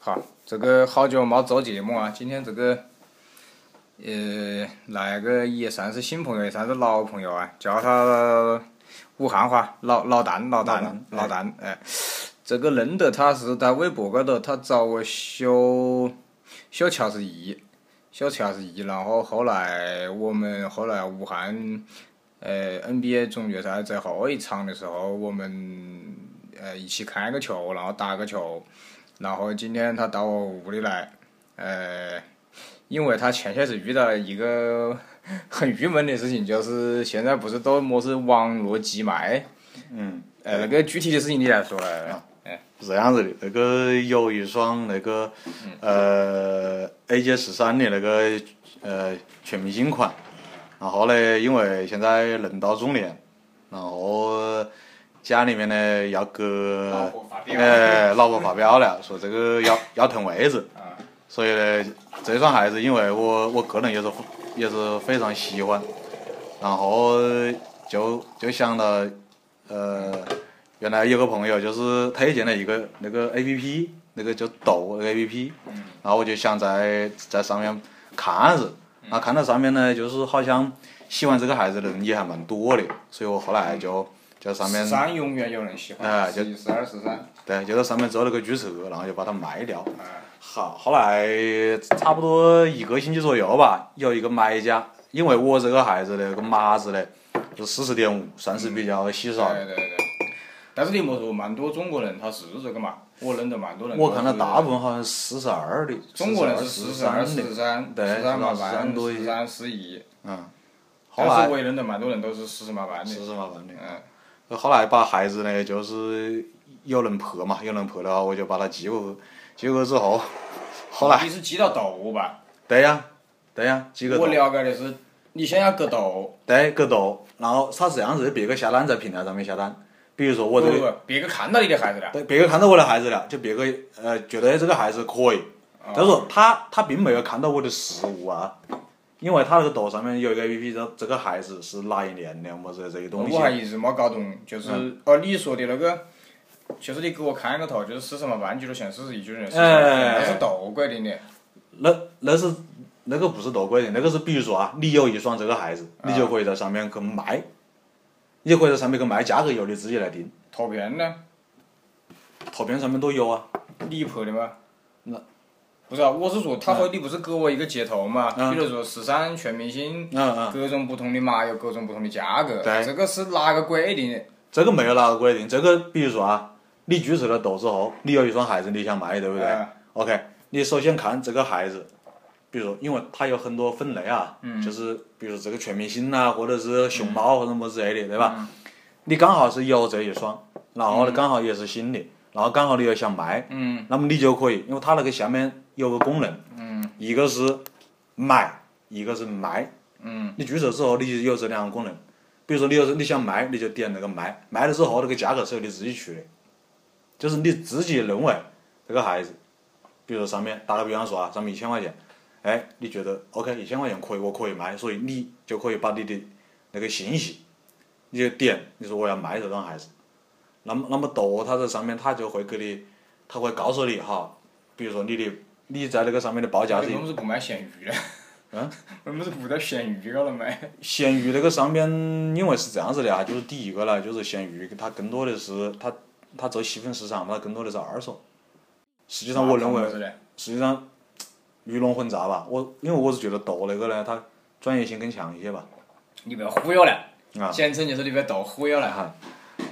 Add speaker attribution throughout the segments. Speaker 1: 好，这个好久没做节目啊，今天这个，呃，来个也算是新朋友，也算是老朋友啊，叫他武汉话老老谭，老谭，老
Speaker 2: 老
Speaker 1: 谭，哎，这个认得他是在微博高头，他找我修修乔十一，修乔十一，然后后来我们后来武汉。呃，NBA 总决赛最后一场的时候，我们呃一起看个球，然后打个球，然后今天他到我屋里来，呃，因为他前些是遇到一个很郁闷的事情，就是现在不是都么是网络寄卖，
Speaker 2: 嗯，啊
Speaker 1: 呃，那个具体的事情你来说来，哎，
Speaker 2: 是这样子的，那个有一双那个
Speaker 1: 嗯
Speaker 2: 呃 AJ 十三的那个呃全明星款，然后呢，因为现在人到中年，然后家里面呢要给
Speaker 1: 老婆发飙
Speaker 2: 哎老婆发飙了，说这个要要腾位置，
Speaker 1: 啊，
Speaker 2: 所以呢，这双鞋子因为我我个人也是也是非常喜欢，然后就就想到，呃，原来有个朋友就是推荐了一个那个 A P P，那个叫抖那个 A P P，然后我就想在在上面看是，然后看到上面呢，就是好像喜欢这个鞋子的人也还蛮多的，所以我后来就就在上面
Speaker 1: 十三永远有人喜欢，
Speaker 2: 哎就
Speaker 1: 十一、十二、十三，
Speaker 2: 对，就在上面做了个注册，然后就把它卖掉。
Speaker 1: 啊，
Speaker 2: 好，后来差不多一个星期左右吧，有一个买家，因为我这个鞋子的那个码子嘞，是四十点五，算是比较稀少。
Speaker 1: 对对对。但是你莫说，蛮多中国人他是这个嘛，我认得蛮多人。
Speaker 2: 我看到大部分好像四十二的，
Speaker 1: 嗯中国人是
Speaker 2: 四
Speaker 1: 十
Speaker 2: 十二、
Speaker 1: 三、
Speaker 2: 四
Speaker 1: 十
Speaker 2: 十
Speaker 1: 三、
Speaker 2: 对
Speaker 1: 十三嘛，
Speaker 2: 十三
Speaker 1: 反正
Speaker 2: 多一
Speaker 1: 十三、十一。
Speaker 2: 嗯，后
Speaker 1: 但
Speaker 2: 来
Speaker 1: 是我也认得蛮多人都是十三嘛，反
Speaker 2: 四
Speaker 1: 正
Speaker 2: 十麻烦的。
Speaker 1: 嗯，
Speaker 2: 后来把鞋子呢，就是有人拍嘛，有人拍了，我就把它寄过去，寄过去之后，后来
Speaker 1: 你是寄到豆吧？
Speaker 2: 对呀，对呀，寄个
Speaker 1: 我
Speaker 2: 豆
Speaker 1: 了解的是，你先要割豆，
Speaker 2: 对，个豆，然后它是这样子的，别个下单在平台上面下单，比如说
Speaker 1: 不
Speaker 2: 我这
Speaker 1: 不
Speaker 2: 个。
Speaker 1: 不，别个看到你的孩子了，
Speaker 2: 对，别个看到我的鞋子了，就别个呃觉得这个鞋子可以，但是他他并没有看到我的实物啊，因为他那个豆上面有一个 A P P，这这个鞋子是哪一年的么子这些东西嗯
Speaker 1: 我，还一直没搞懂，就是哦，你说的那个，就是你给我看个头，就是四十嘛半就都像四十一就能，
Speaker 2: 哎
Speaker 1: 那是豆规定的，
Speaker 2: 那那是那个不是多贵的，那个是比如说啊，你有一双这个鞋子，你就可以在上面去卖，你就可以在上面去卖，价格由你自己来定，
Speaker 1: 图片呢？
Speaker 2: 图片上面都有啊，
Speaker 1: 你拍的吗？
Speaker 2: 那
Speaker 1: 不是啊，我是说，他说你不是给我一个截图嘛？
Speaker 2: 嗯
Speaker 1: 比如说十三全明星，
Speaker 2: 嗯嗯，
Speaker 1: 各种不同的码有各种不同的价格，
Speaker 2: 对
Speaker 1: 这个是哪个规定的？
Speaker 2: 这个没有哪个规定，这个比如说啊，你注册了豆之后，你有一双鞋子你想卖，对不对？
Speaker 1: 啊
Speaker 2: OK，你首先看这个孩子，比如说，因为它有很多分类啊，
Speaker 1: 嗯
Speaker 2: 就是比如说这个全明星啊，或者是熊猫啊或者什么之类的，对吧？
Speaker 1: 嗯
Speaker 2: 你刚好是有这一双，然后呢刚好也是新的，然后刚好你又想买，
Speaker 1: 嗯
Speaker 2: 那么你就可以，因为它那个下面有个功能，
Speaker 1: 嗯
Speaker 2: 一个是买，一个是卖，
Speaker 1: 嗯，
Speaker 2: 你注册之后，你就有这两个功能。比如说，你要是你想卖，你就点那个卖，卖了之后那个价格是由你自己出的，就是你自己认为这个鞋子，比如说上面打个比方说啊，上面一千块钱，哎，你觉得 OK 一千块钱可以，我可以卖，所以你就可以把你的那个信息，你就点，你说我要卖这双鞋子，那么那么多它在上面，它就会给你，它会告诉你哈，比如说你的你在那个上面的报价
Speaker 1: 我
Speaker 2: 是
Speaker 1: 们是不卖咸鱼的，
Speaker 2: 嗯，
Speaker 1: 我们是不在咸鱼高头卖，
Speaker 2: 闲鱼那个上面，因为是这样子的啊，就是第一个呢，就是闲鱼它更多的是它它做细分市场嘛，它更多的是二手。实际上，我认为，
Speaker 1: 是的，
Speaker 2: 实际上鱼龙混杂吧。我因为我是觉得抖那个呢，它专业性更强一些吧。
Speaker 1: 你不要忽悠了，
Speaker 2: 啊，
Speaker 1: 简称就是你不要逗忽悠了，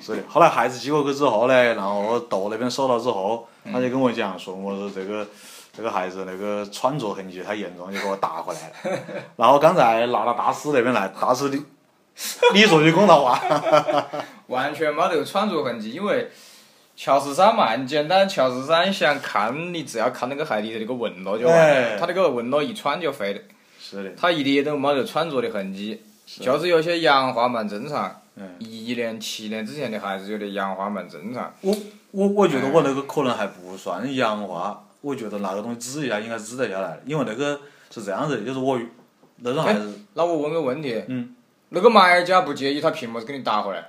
Speaker 2: 是的。后来孩子寄过去之后呢，然后抖那边收到之后，他就跟我讲说我是这个这个孩子那个穿着痕迹太严重，就给我打回来了。然后刚才拿到大师那边来，大师你你说句公道 话。
Speaker 1: 完全没得穿着痕迹，因为乔十三嘛，很简单，乔十三想看你只要看那个鞋底的那个纹路就完了，
Speaker 2: 哎
Speaker 1: 他那个纹路一穿就会了，
Speaker 2: 是的。
Speaker 1: 他一点都没得穿着的痕迹，就是有些氧化蛮正常，
Speaker 2: 嗯
Speaker 1: 一年七年之前的鞋子有点氧化蛮正常，
Speaker 2: 我我我觉得我那个可能还不算氧化，我觉得那个东西治一下应该治得下来，因为那个是这样子的，就是我那种还是
Speaker 1: 那我问个问题，
Speaker 2: 嗯，
Speaker 1: 那个买家不介意他凭么子给你打回来？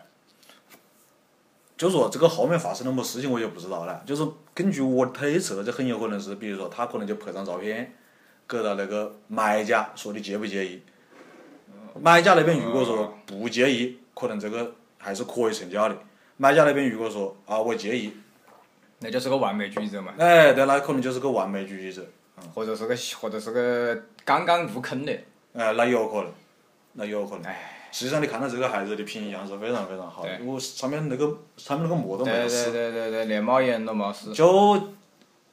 Speaker 2: 就说这个后面发生了么事情，我也不知道了。就是根据我推测，这很有可能是，比如说他可能就拍张照片，给到那个买家说你介不介意。买家那边如果说不介意，可能这个还是可以成交的。买家那边如果说啊我介意，
Speaker 1: 那就是个完美主义者嘛，
Speaker 2: 哎，对，那可能就是个完美主义者，
Speaker 1: 或者是个或者是个刚刚入坑的，
Speaker 2: 哎，那有可能，那有可能。
Speaker 1: 哎，
Speaker 2: 实际上，你看到这个孩子的品相是非常非常好的
Speaker 1: 对，
Speaker 2: 我上面那个上面那个膜都
Speaker 1: 对
Speaker 2: 没得撕
Speaker 1: 对。对对对，连帽檐都没事，
Speaker 2: 就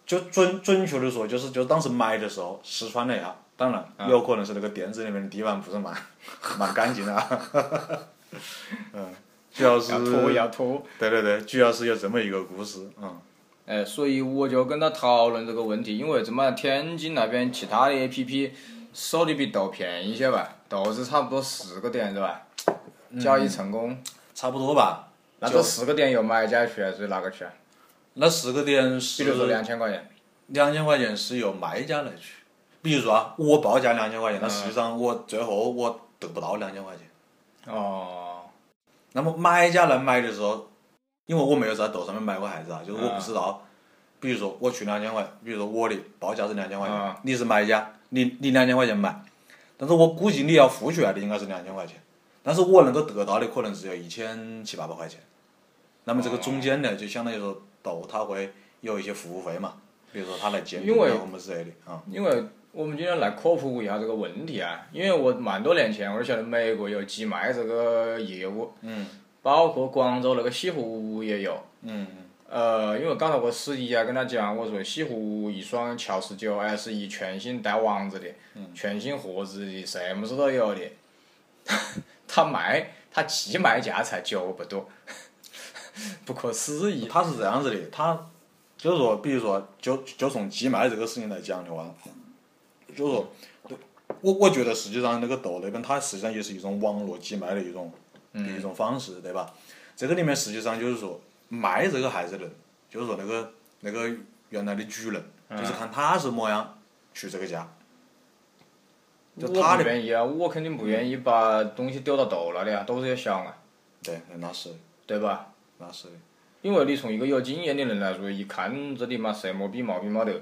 Speaker 2: 就准准确的说，就是就当时买的时候试穿了一下，当
Speaker 1: 啊
Speaker 2: 然有可能是那个店子里面的地板不是蛮蛮干净的、啊， 嗯，主要是
Speaker 1: 要拖要拖。
Speaker 2: 对对对，主要是有这么一个故事，嗯，
Speaker 1: 哎，所以我就跟他讨论这个问题，因为怎么天津那边其他的 A P P 收的比豆便宜些吧，豆是差不多十个点对吧？
Speaker 2: 嗯
Speaker 1: 交易成功，
Speaker 2: 差不多吧。
Speaker 1: 那
Speaker 2: 就
Speaker 1: 这十个点由买家去还是哪个去啊？
Speaker 2: 那十个点
Speaker 1: 比如说
Speaker 2: 是
Speaker 1: 两千块钱，
Speaker 2: 两千块钱是由卖家来去，比如说啊，我报价两千块
Speaker 1: 嗯
Speaker 2: 钱，但实际上我最后我得不到两千块钱。
Speaker 1: 哦，
Speaker 2: 那么买家来买的时候，因为我没有在豆上面买过鞋子啊，就是我不知
Speaker 1: 嗯
Speaker 2: 道。比如说我去两千块，比如说我的报价是两千块钱，
Speaker 1: 啊
Speaker 2: 你是买家，你你两千块钱买，但是我估计你要付出来的应该是两千块钱，但是我能够得到的可能只有一千七八百块钱。那么这个中间呢，就相当于说豆它会有一些服务费嘛，比如说它来鉴定
Speaker 1: 因为
Speaker 2: 啊我们之类的啊，
Speaker 1: 因为我们今天来科普一下这个问题啊，因为我蛮多年前我就晓得美国有寄卖这个业务，
Speaker 2: 嗯
Speaker 1: 包括广州那个西湖也有。
Speaker 2: 嗯
Speaker 1: 呃，因为刚才我司机啊跟他讲，我说西湖一双乔十九哎是一全新带网子的，
Speaker 2: 嗯
Speaker 1: 全新盒子的，什么事都有的。 他卖他寄卖价才九百多， 不可思议。
Speaker 2: 它是这样子的，它就是说，比如说，就就从寄卖这个事情来讲的话，就是说，我我觉得实际上那个豆那边它实际上也是一种网络寄卖的一种、一种方式，对吧？这个里面实际上就是说，卖这个鞋子的人，就是说那个那个原来的主人，就是看他是么样出这个价。就
Speaker 1: 我
Speaker 2: 他
Speaker 1: 不
Speaker 2: 的
Speaker 1: 愿意啊，我肯定不愿意把东西丢到头那里啊，都是要想啊，
Speaker 2: 对，那是的
Speaker 1: 对吧？
Speaker 2: 那是的，
Speaker 1: 因为你从一个有经验的人来说，一看这里嘛，什么逼毛病没得。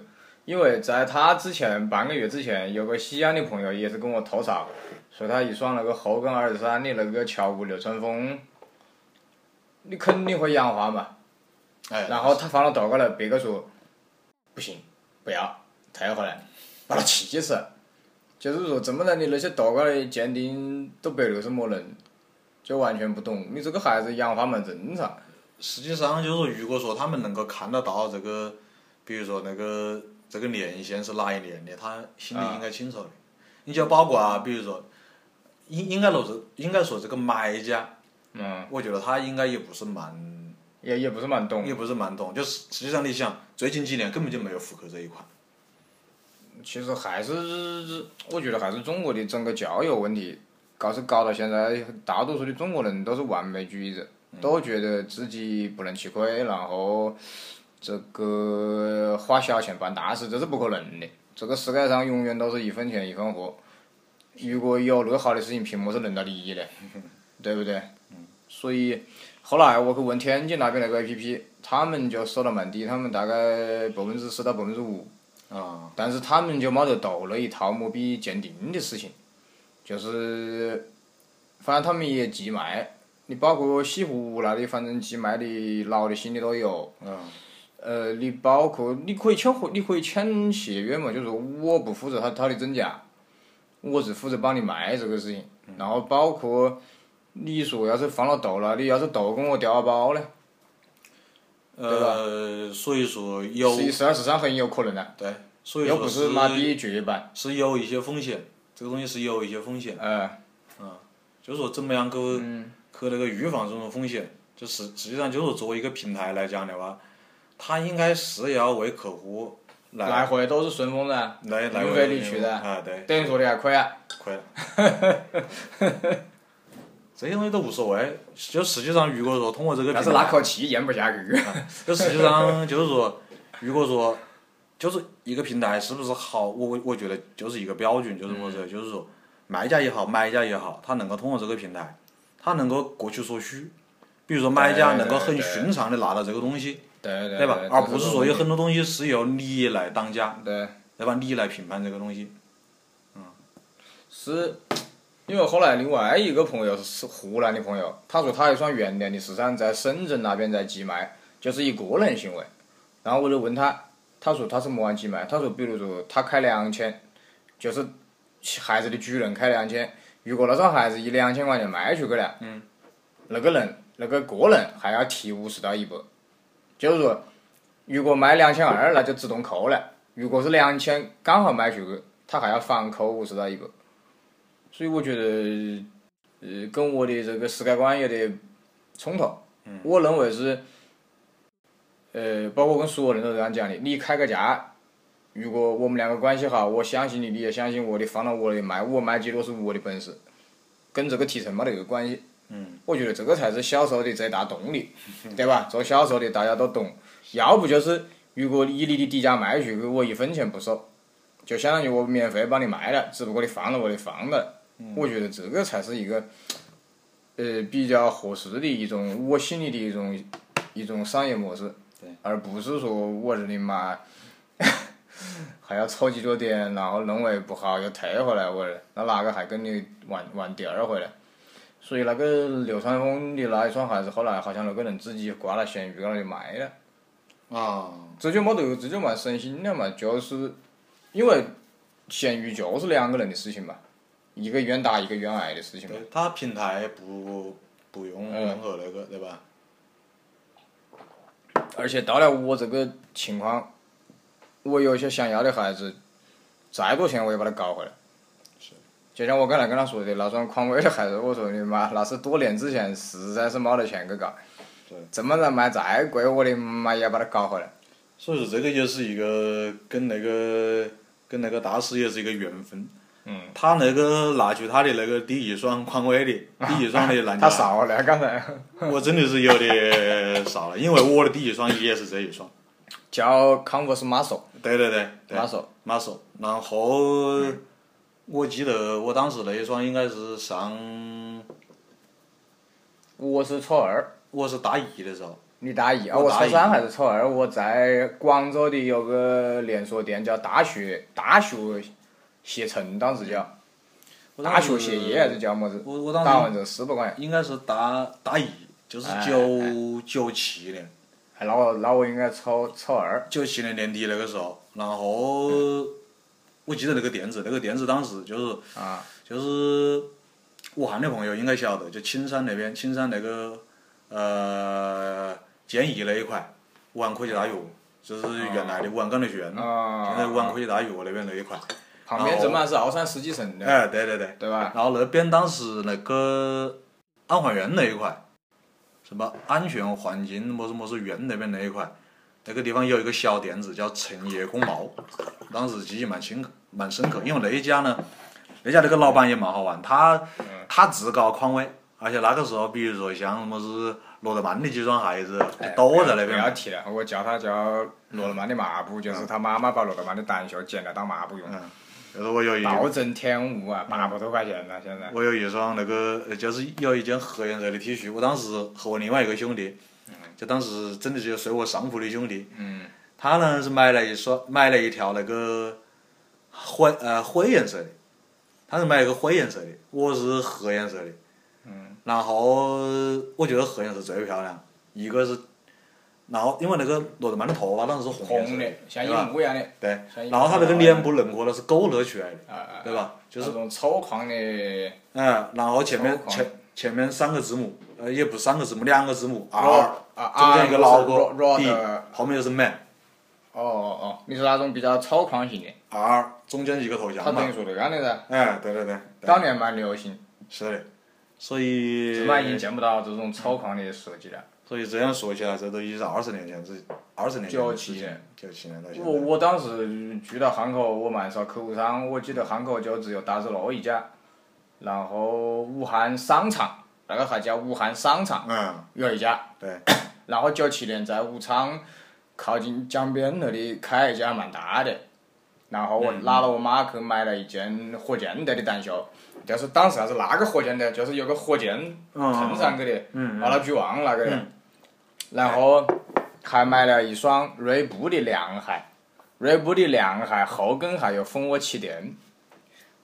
Speaker 1: 因为在他之前半个月之前，有个西安的朋友也是跟我吐槽，说他一双那个后跟二十三的那个乔五流川枫，你肯定会氧化嘛。
Speaker 2: 哎，
Speaker 1: 然后他放到头高来，别个说不行，不要退回来，把他气死。就是说，这么人的那些头高的鉴定都白流是么人，就完全不懂。你这个孩子氧化蛮正常。
Speaker 2: 实际上就是说，如果说他们能够看得到这个，比如说那个这个年限是哪一年的，他心里应该清楚的。你就包括啊，比如说，应应该说是应该说这个买家，
Speaker 1: 嗯，
Speaker 2: 我觉得他应该也不是蛮
Speaker 1: 也也不是蛮懂。
Speaker 2: 也不是蛮懂，就是实际上你想，最近几年根本就没有复刻这一款。
Speaker 1: 其实还是，呃我觉得还是中国的整个教育问题，搞是搞到现在，大多数的中国人都是完美主义者，都觉得自己不能吃亏，然后这个花小钱办大事，这是不可能的。这个世界上永远都是一分钱一分货，如果有那个好的事情，凭么是轮到你嘞？对不对？所以后来我去问天津那边那个 A P P，他们就收的蛮低，他们大概百分之四到百分之五。
Speaker 2: 啊、
Speaker 1: 但是他们就没得斗了一套么比鉴定的事情，就是反正他们也寄卖，你包括西湖那里，反正寄卖的老的新的都有。
Speaker 2: 嗯。
Speaker 1: 呃，你包括你可以签合，你可以签协约嘛，就是说我不负责他他的真假，我只负责帮你卖这个事情。然后包括你说要是放了斗了，你要是斗跟我调包呢，
Speaker 2: 呃，所以说有
Speaker 1: 十一、十二、十三很有可能的、
Speaker 2: 对，所以
Speaker 1: 又
Speaker 2: 说
Speaker 1: 不
Speaker 2: 是
Speaker 1: 是妈逼绝版，
Speaker 2: 是有一些风险，这个东西是有一些风险。
Speaker 1: 呃，
Speaker 2: 就是说怎么样去
Speaker 1: 嗯
Speaker 2: 去那个预防这种风险，就实实际上就是说作为一个平台来讲的话，它应该是要为客户来
Speaker 1: 来回都是顺风的啊。
Speaker 2: 来来
Speaker 1: 运
Speaker 2: 为
Speaker 1: 费利取的
Speaker 2: 啊，对，
Speaker 1: 等于说的还亏啊，
Speaker 2: 亏了。 这些东西都无所谓，就实际上如果说通过这个
Speaker 1: 但
Speaker 2: 平
Speaker 1: 是
Speaker 2: 台，
Speaker 1: 那口气咽不下去。
Speaker 2: 就实际上就是说，如果说就是一个平台是不是好，我我我觉得就是一个标准，就是
Speaker 1: 嗯
Speaker 2: 说是、就是说，卖家也好，买家也好，他能够通过这个平台，他能够各取所需，比如说买家能
Speaker 1: 对
Speaker 2: 够很
Speaker 1: 对
Speaker 2: 寻常的拿到这个东西，
Speaker 1: 对对
Speaker 2: 对吧？而不是说有
Speaker 1: 很
Speaker 2: 很多东西是由你来当家，
Speaker 1: 对。
Speaker 2: 对吧？你来评判这个东西。
Speaker 1: 是，因为后来另外一个朋友是湖南的朋友，他说他有双原点的市场在深圳那边在寄卖，就是以个人行为。然后我就问他，他说他是么样寄卖？他说比如说他开两千，就是孩子的主人开两千，如果那双鞋子以两千块钱卖出去了，嗯，那个人那个个人还要提五十到一百，就是说如果卖两千二，那就自动扣了。如果是两千刚好卖出去，他还要反扣五十到一百。所以我觉得，呃，跟我的这个世界观有点冲突。我认为是，呃，包括跟所有人都这样讲的，你开个价，如果我们两个关系好，我相信你，你也相信我的，放到我的卖，我卖几多是我的本事，跟这个提成没得个关系。嗯，我觉得这个才是销售的最大动力，对吧？做销售的大家都懂，要不就是如果以你的底价卖出去，我一分钱不收，就相当于我免费帮你卖了，只不过你放了我的放了。我觉得这个才是一个，呃，比较合适的一种我心里的一种一种商业模式，而不是说我日你妈， 还要凑几多点，然后认为不好又退回来，我日那哪个还跟你玩玩第二回呢？所以那个流川枫的那一双鞋子，后来好像那个人自己挂到闲鱼高头就卖了。
Speaker 2: 啊，
Speaker 1: 这就没得，这就蛮省心的嘛，就是因为闲鱼就是两个人的事情嘛，一个愿打一个愿挨的事情嘛。
Speaker 2: 对，它平台不不用
Speaker 1: 嗯
Speaker 2: 任何那个，对吧？
Speaker 1: 而且到了我这个情况，我有些想要的孩子，再多钱我也把它搞回来。就像我刚才跟他说的，那双匡威的孩子，我说你妈，那是多年之前实在是没得钱去搞
Speaker 2: 对，
Speaker 1: 这么着卖再贵，我的妈也要把它搞回来。
Speaker 2: 所以说这个就是一个跟那个跟那个大师也是一个缘分。
Speaker 1: 嗯。
Speaker 2: 他那个拿出他的那个第一双匡威的，第一双的篮
Speaker 1: 他
Speaker 2: 球，
Speaker 1: 少了，刚才
Speaker 2: 我真的是有点少了，因为我的第一双也是这一双。
Speaker 1: 叫 Converse Muscle
Speaker 2: 对对对对
Speaker 1: Muscle，
Speaker 2: ，Muscle。然后我记得我当时那一双应该是上
Speaker 1: 我是初二。
Speaker 2: 我是大一的时候，
Speaker 1: 你大一啊？
Speaker 2: 我
Speaker 1: 我
Speaker 2: 大
Speaker 1: 初
Speaker 2: 一
Speaker 1: 三还是初二？我在广州的有个连锁店叫大学大学携程，当时
Speaker 2: 嗯
Speaker 1: 叫
Speaker 2: 我当
Speaker 1: 大
Speaker 2: 时
Speaker 1: 学鞋业还是叫么子？
Speaker 2: 我我当时
Speaker 1: 打完这四百块钱，
Speaker 2: 应该是大大一，就是
Speaker 1: 哎
Speaker 2: 九九七年，
Speaker 1: 哎那我那我应该初初二，
Speaker 2: 九七年年底那个时候，然后、我记得那个店子，那个店子当时就是
Speaker 1: 啊
Speaker 2: 就是武汉的朋友应该晓得，就青山那边，青山那个呃建义那一块，武汉科技大学，就是原来的武汉钢铁学院，现在
Speaker 1: 啊，
Speaker 2: 武汉科技大学那边那一块，
Speaker 1: 旁
Speaker 2: 啊
Speaker 1: 边正嘛是鳌山世纪城的，
Speaker 2: 哎，对对对，
Speaker 1: 对吧？
Speaker 2: 然后那边当时那个安环园那一块，什么安全环境么是么是园那边那一块，那个地方有一个小店子叫陈野空贸，当时记忆蛮深刻，蛮深刻，因为那一家呢，那家那个老板也蛮好玩，他他只搞匡威，而且那个时候比如说像什么是罗德曼的几双鞋子
Speaker 1: 哎
Speaker 2: 都在那
Speaker 1: 不要
Speaker 2: 边
Speaker 1: 不
Speaker 2: 卖
Speaker 1: 要，提了，我叫他叫罗德曼的抹布，就是他妈妈把罗德曼的单袖剪来当抹布用，
Speaker 2: 嗯就是我有一
Speaker 1: 暴增天物啊，八百多块钱了现在。
Speaker 2: 我有一双那个，呃就是有一件黑颜色的 T 恤，我当时和我另外一个兄弟，就当时真的就睡我上铺的兄弟，
Speaker 1: 嗯
Speaker 2: 他呢是买了一双，买了一条那个灰呃灰颜色的，他是买了一个灰颜色的，我是黑颜色的，嗯，然后我觉得黑颜色最漂亮，一个是，然后因为那个罗德曼的头发当时是红颜色
Speaker 1: 红的像鹦鹉一样的，
Speaker 2: 对
Speaker 1: 像一
Speaker 2: 然后他那个脸部轮廓呢是勾勒出来的，
Speaker 1: 啊啊，
Speaker 2: 对吧？就是
Speaker 1: 那种粗犷的
Speaker 2: 嗯，然后前面
Speaker 1: 疯狂
Speaker 2: 前前面三个字母，呃，也不是三个字母，两个字母 R，
Speaker 1: 啊啊
Speaker 2: 中间一个老哥
Speaker 1: r
Speaker 2: D，
Speaker 1: 的
Speaker 2: 后面就是 Man
Speaker 1: 哦哦哦，你是那种比较粗犷型的，
Speaker 2: R，中间一个头
Speaker 1: 他
Speaker 2: 像
Speaker 1: 等
Speaker 2: 嘛
Speaker 1: 于。说这样的噻，
Speaker 2: 哎，对对对，对
Speaker 1: 当年蛮流行，
Speaker 2: 是的。所
Speaker 1: 现
Speaker 2: 以，
Speaker 1: 在已经见不到这种粗犷的设计了。
Speaker 2: 所以这样说起来，这都已经是二十年前，这二十年前的
Speaker 1: 97
Speaker 2: 事情
Speaker 1: 年，
Speaker 2: 九七年到现
Speaker 1: 我
Speaker 2: 在。
Speaker 1: 我当时住到汉口，我蛮少去武昌，我记得汉口就只有达斯乐一家，然后武汉商场那个还叫武汉商场
Speaker 2: 嗯，
Speaker 1: 有一家，
Speaker 2: 对，
Speaker 1: 然后九七年在武昌靠近江边那里开一家蛮大的，然后我拉了我妈去买了一件火箭队的单袖，但是当时还是哪个火箭队，就是有个火箭蹭上去的，
Speaker 2: 嗯
Speaker 1: 阿拉举王那个的
Speaker 2: 嗯，
Speaker 1: 然后还买了一双锐步的凉鞋，锐步的凉鞋后跟还有蜂窝气垫，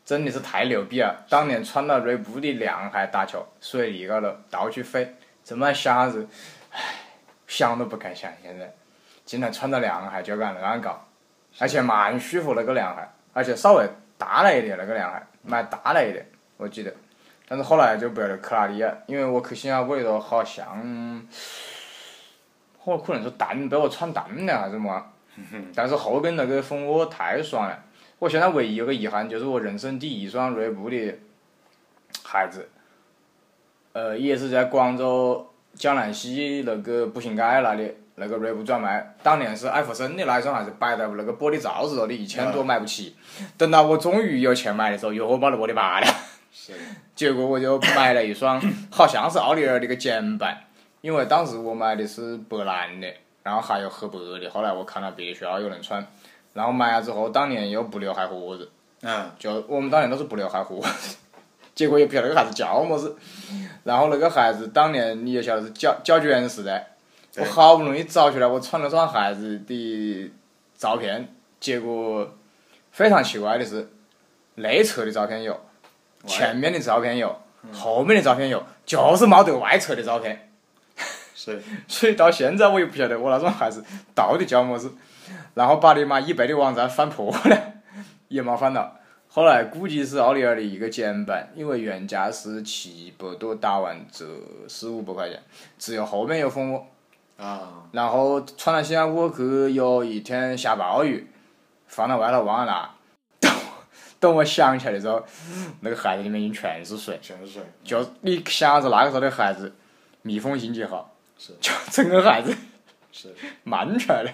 Speaker 1: 真的是太牛逼了！当年穿了锐步的凉鞋打球，水泥高头到处飞，这么想是，唉，想都不敢想。现在竟然穿着凉鞋就敢那样搞，而且蛮舒服那个凉鞋，而且稍微大了一点那个凉鞋，买大了一点，我记得。但是后来就不要去那里了，因为我去新加坡里头好像。我可能是淡，被我穿淡了还是么？但是后跟那个蜂窝太爽了。我现在唯一有个遗憾就是我人生第一双锐步的鞋子，呃，也是在广州江南西那个步行街那里那个锐步专卖，当年是艾弗森的那一双还是摆在那个玻璃罩子那里，一千多买不起。等到我终于有钱买的时候，又货把那玻璃卖了。
Speaker 2: 是
Speaker 1: 结果我就买了一双， 好像是奥利尔的一个简版，因为当时我买的是白蓝的，然后还有黑白的。后来我看到别的学校有人穿，然后买了之后，当年又不留鞋盒子，
Speaker 2: 嗯，
Speaker 1: 就我们当年都是不留鞋盒子， 结果也不晓得那个鞋子叫么子。然后那个鞋子当年你也晓得是胶胶卷时代，我
Speaker 2: 对
Speaker 1: 好不容易找出来我穿了双鞋子的照片，结果非常奇怪的是，内侧的照片有。
Speaker 2: 喂
Speaker 1: 前面的照片有，后面的照片有，就是没得外侧的照片。
Speaker 2: 是
Speaker 1: 所以到现在我也不晓得我那双鞋子到底叫么子，然后把你妈易贝的网站翻破了， 也没翻到。后来估计是奥利尔的一个简版，因为原价是七百多，打完折四五百块钱，只有后面有蜂窝。
Speaker 2: 啊，
Speaker 1: 然后穿到新加坡去，有一天下暴雨，放到外头忘了拿。 等我等我想起来的时候，那个鞋子里面已经全是水。
Speaker 2: 全是水，
Speaker 1: 就你想着那个时候的鞋子，密封性极好，
Speaker 2: 是
Speaker 1: 就整个鞋子
Speaker 2: 是
Speaker 1: 满出来了。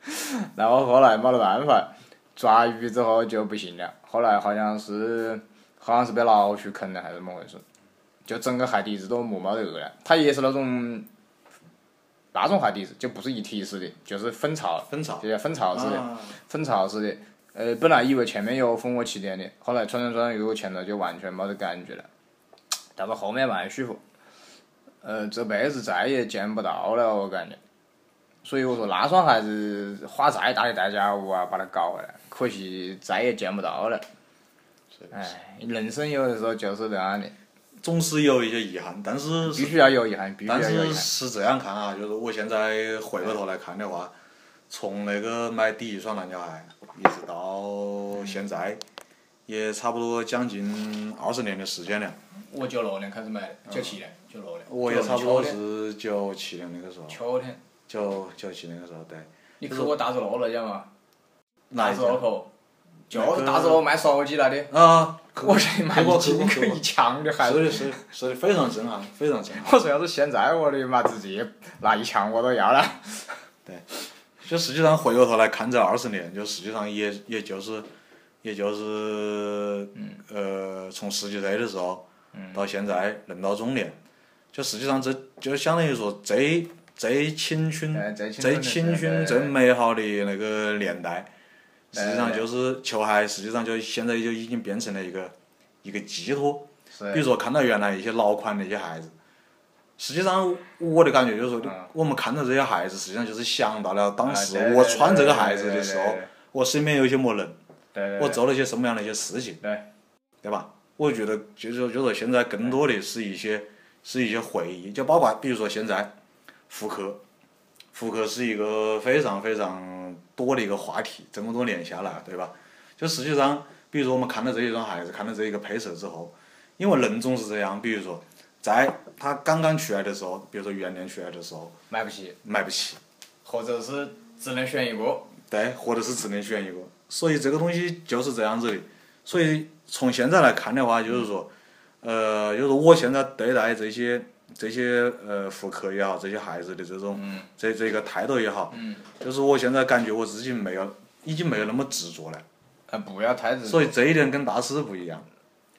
Speaker 1: 然后后来没得办法，抓鱼之后就不行了。后来好像是好像是被老鼠啃了还是怎么回事，就整个鞋底子都磨没得了。它也是那种那种鞋底子，就不是一体式的，就是分槽，
Speaker 2: 分草，
Speaker 1: 就像分槽似的。
Speaker 2: 啊
Speaker 1: 分槽似的。呃，本来以为前面有蜂窝气垫的，后来穿穿穿，如果前头就完全没得感觉了，但是后面蛮舒服。呃，这辈子再也见不到了，我感觉。所以我说那双鞋子花再大的代价，我要把它搞回来，可惜再也见不到了。
Speaker 2: 是
Speaker 1: 哎，人生有的时候就是这样的，
Speaker 2: 总是有一些遗憾，但是
Speaker 1: 必须要有遗憾，必须要
Speaker 2: 但
Speaker 1: 有遗
Speaker 2: 是
Speaker 1: 憾。
Speaker 2: 是这样看啊，就是我现在回过头来看的话，从那个买第一双篮球鞋，一直到现在，也差不多将近二十年的时间了。
Speaker 1: 我九六年开始买的，九七年，九六年
Speaker 2: 我也差不多是九七年那个时候，
Speaker 1: 秋天，
Speaker 2: 九九七年那个时候，对。
Speaker 1: 你去过大智路了，晓得吗？
Speaker 2: 哪一家？
Speaker 1: 口，就是大智路卖手机那里。
Speaker 2: 啊，去
Speaker 1: 我去买一
Speaker 2: 去
Speaker 1: 斤
Speaker 2: 过去
Speaker 1: 个
Speaker 2: 过
Speaker 1: 一枪的孩
Speaker 2: 是
Speaker 1: 子。
Speaker 2: 的，是的，是的，非常震撼，非常震撼。
Speaker 1: 我说要是现在我的妈，直接拿一枪我都要 了。
Speaker 2: 就实际上回过头来看这二十年，就实际上也也就是，也就是，呃，从十几岁的时候，到现在人到中年，就实际上这就相当于说最最青春、
Speaker 1: 哎最青春
Speaker 2: 最
Speaker 1: 的
Speaker 2: 青
Speaker 1: 时代
Speaker 2: 春、
Speaker 1: 对
Speaker 2: 最美好的那个年代，
Speaker 1: 对
Speaker 2: 实际上就是球鞋，实际上就现在就已经变成了一个一个寄托。比
Speaker 1: 是，
Speaker 2: 如说看到原来一些老款的一些鞋子，实际上我的感觉就是说，
Speaker 1: 嗯
Speaker 2: 我们看到这些鞋子，实际上就是想到了当时
Speaker 1: 啊对对
Speaker 2: 我穿这个鞋子的时候
Speaker 1: 对对对对，
Speaker 2: 我身边有一些么人，
Speaker 1: 对对对
Speaker 2: 我做了一些什么样的一些事情，
Speaker 1: 对
Speaker 2: 对吧？我觉得就是说就是说现在更多的是一些是一些回忆，就包括比如说现在复刻，复刻是一个非常非常多的一个话题，这么多年下来，对吧？就实际上，比如说我们看到这一双鞋子，看到这一个配色之后，因为人总是这样，比如说在它刚刚出来的时候，比如说元年出来的时候
Speaker 1: 买不起，
Speaker 2: 买不起，
Speaker 1: 或者是只能选一个。
Speaker 2: 对，或者是只能选一个。所以这个东西就是这样子的。所以从现在来看的话，就是说，呃，就是我现在对待这些这些呃复刻也好，这些孩子的这种、这这个态度也好，就是我现在感觉我自己没有已经没有那么执着了。嗯
Speaker 1: 呃，不要太执着。
Speaker 2: 所以这一点跟大师不一样。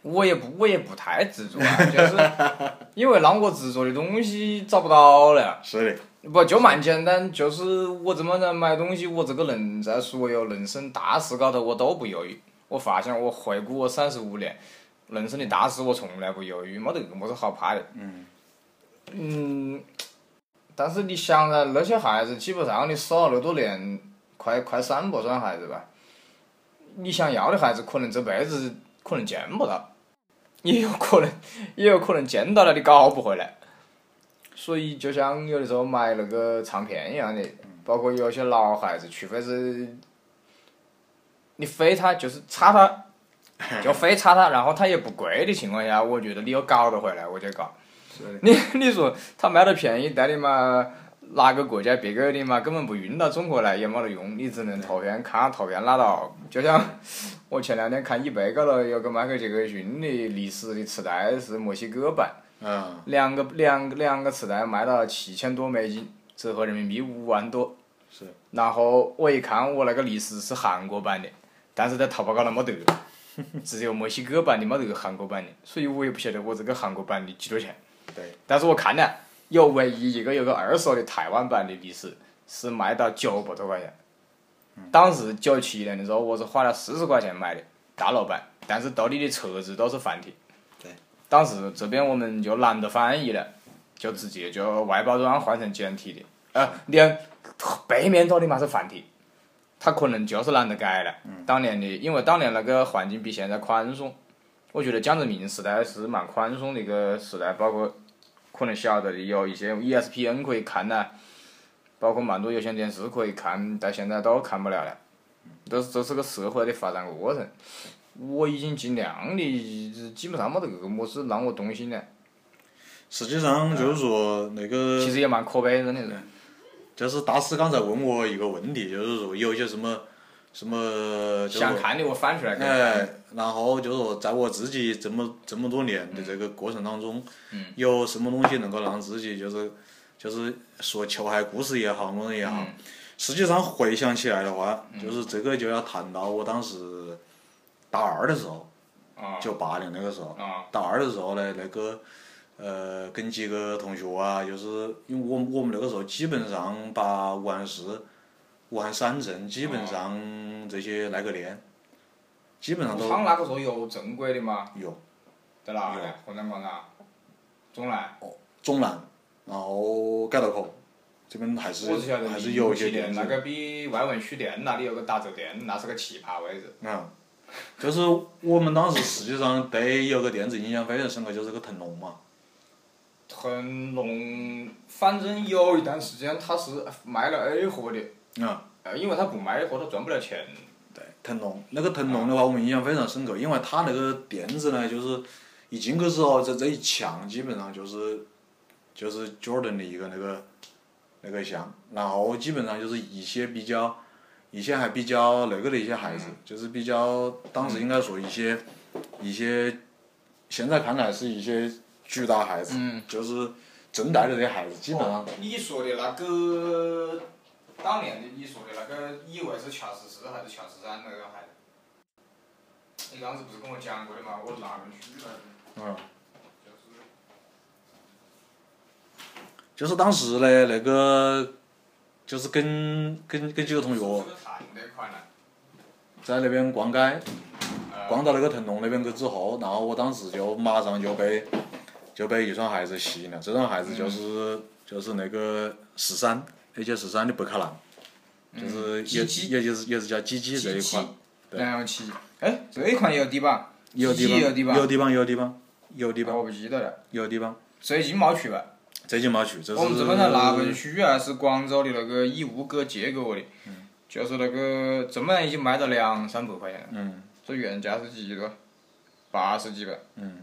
Speaker 1: 我也不我也不太执着啊，就是因为让我执着的东西找不到了。
Speaker 2: 是的，
Speaker 1: 不就蛮简单，就是我怎么能买东西？我这个人在所有人生大事高头我都不犹豫。我发现我回顾我三十五年人生的大事，我从来不犹豫，没得么子好怕的。嗯。嗯，但是你想啊，那些孩子基本上你少那么多年，快快三百算孩子吧，你想要的孩子可能这辈子可能见不到，也有可能也有可能见到了你搞不回来。所以就像有的时候买那个唱片一样的，包括有些老孩子，除非是你非他就是插他，就非插他，然后他也不贵的情况下，我觉得你又搞得回来，我就搞。你 你说他卖的便宜，但你嘛哪个国家别个的嘛根本不运到中国来，也没得用，你只能投片看投片拉倒。就像我前两天看一百高头有个迈克尔杰克逊的历史的磁带是墨西哥版。
Speaker 2: 嗯，
Speaker 1: 两个两个两个磁带卖到七千多美金，折合人民币五万多。
Speaker 2: 是。
Speaker 1: 然后我一看，我那个历史是韩国版的，但是在淘宝高头没得， 只有墨西哥版的没得韩国版的，所以我也不晓得我这个韩国版的几多钱。
Speaker 2: 对，
Speaker 1: 但是我看了，有唯一一个有个二手的台湾版的历史是卖到九百多块钱。当时九七年的时候，我是花了四十块钱买的大老板，但是兜里的车子都是繁体。
Speaker 2: 对。
Speaker 1: 当时这边我们就懒得翻译了，就直接就外包装换成简体的。呃，连背面到底嘛是繁体，他可能就是懒得改了。当年的，因为当年那个环境比现在宽松，我觉得江泽民时代是蛮宽松的一个时代，包括可能晓得的有一些 E ESPN 可以看呐、包括蛮多有线电视可以看，但现在都看不了了。这是这是个社会的发展过程，我已经尽量的，基本上没得个么子让我动心了。
Speaker 2: 实际上就是说那个
Speaker 1: 其实也蛮可悲，真的是。
Speaker 2: 就是大师刚才问我一个问题，就是说有一些什么什么，呃就是
Speaker 1: 想
Speaker 2: 说
Speaker 1: 看的我翻出来给你看。
Speaker 2: 哎，然后就是说在我自己这么这么多年的这个过程当中，有什么东西能够让自己就是就是说求海故事也好，么也好，实际上回想起来的话，就是这个就要谈到我当时大二的时候，
Speaker 1: 啊
Speaker 2: 九八年那个时候，
Speaker 1: 啊
Speaker 2: 大二的时候呢，那个呃，跟几个同学啊，就是因为我们我们那个时候基本上把武汉市、武汉三镇基本上
Speaker 1: 啊
Speaker 2: 这些那个连，基本上
Speaker 1: 武
Speaker 2: 都
Speaker 1: 昌那个时候有正规的吗？
Speaker 2: 有
Speaker 1: 在哪里
Speaker 2: 有？
Speaker 1: 湖南广场、中南。
Speaker 2: 中南，然后盖头口这边还是
Speaker 1: 我只晓得
Speaker 2: 还是
Speaker 1: 零
Speaker 2: 有一
Speaker 1: 七
Speaker 2: 些
Speaker 1: 年
Speaker 2: 点子
Speaker 1: 那。个比外文书店那里有个打折店，那是个奇葩位置。
Speaker 2: 嗯，就是我们当时实际上对有个店子印象非常深刻，就是个腾龙嘛。
Speaker 1: 腾龙，反正有一段时间它是卖了 A 货的，
Speaker 2: 嗯，
Speaker 1: 呃，因为它不卖 A 货，它赚不了钱。
Speaker 2: 对，腾龙那个腾龙的话，我们印象非常深刻，因为它那个店子呢，就是一进去之后，哦这这一墙基本上就是就是 Jordan 的一个那个那个墙，然后基本上就是一些比较一些还比较那个的一些孩子，就是比较当时应该说一些一些现在看来是一些巨大孩子，就是正代的这些孩子，基本上
Speaker 1: 哦你说的那个，当年的你说的那个，以为是乔十四还是乔十三那个孩子？你当时不是跟我讲过的吗？我哪边去了？
Speaker 2: 嗯。
Speaker 1: 就是
Speaker 2: 就是当时呢，那个就是跟跟跟几个同学
Speaker 1: 这个谈的款了。
Speaker 2: 在那边逛街，
Speaker 1: 呃
Speaker 2: 逛到那个腾龙那边去之后，然后我当时就马上就被就被一双鞋子吸引了，这双鞋子就是、就是那个十三 AJ 十三的北卡蓝，就是也
Speaker 1: ，GG
Speaker 2: 也就是也是叫 GG 这一款，对
Speaker 1: 然后七，哎，这一款也有低保，
Speaker 2: 有地
Speaker 1: 机器有低
Speaker 2: 方
Speaker 1: 保，
Speaker 2: 有地方有地方有地方
Speaker 1: 我不记得了，
Speaker 2: 有地方，
Speaker 1: 最近没去吧？
Speaker 2: 这就没去，这是
Speaker 1: 我们这边在那本书啊，是广州的那个义乌割结果的，
Speaker 2: 嗯
Speaker 1: 就是那个这么已经卖到两三百块钱了，
Speaker 2: 嗯
Speaker 1: 这原价是几多？八十几吧。
Speaker 2: 嗯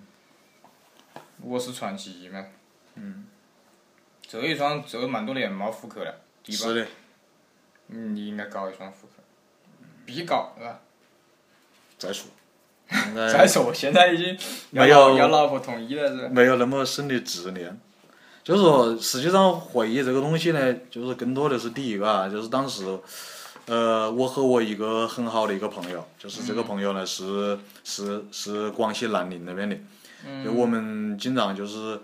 Speaker 1: 我是传奇嘛。嗯。这一双这蛮多年没复刻了，低吧
Speaker 2: 是？的，
Speaker 1: 嗯你应该搞一双复刻，必搞是吧？
Speaker 2: 再 说，应该
Speaker 1: 再说，我现在已经要
Speaker 2: 哎没有
Speaker 1: 要老婆同意了是吧？
Speaker 2: 没有那么深的执念。就是说，实际上回忆这个东西呢，就是更多的是第一个啊，就是当时呃，我和我一个很好的一个朋友，就是这个朋友呢是是是广西南宁那边的，就我们经常就是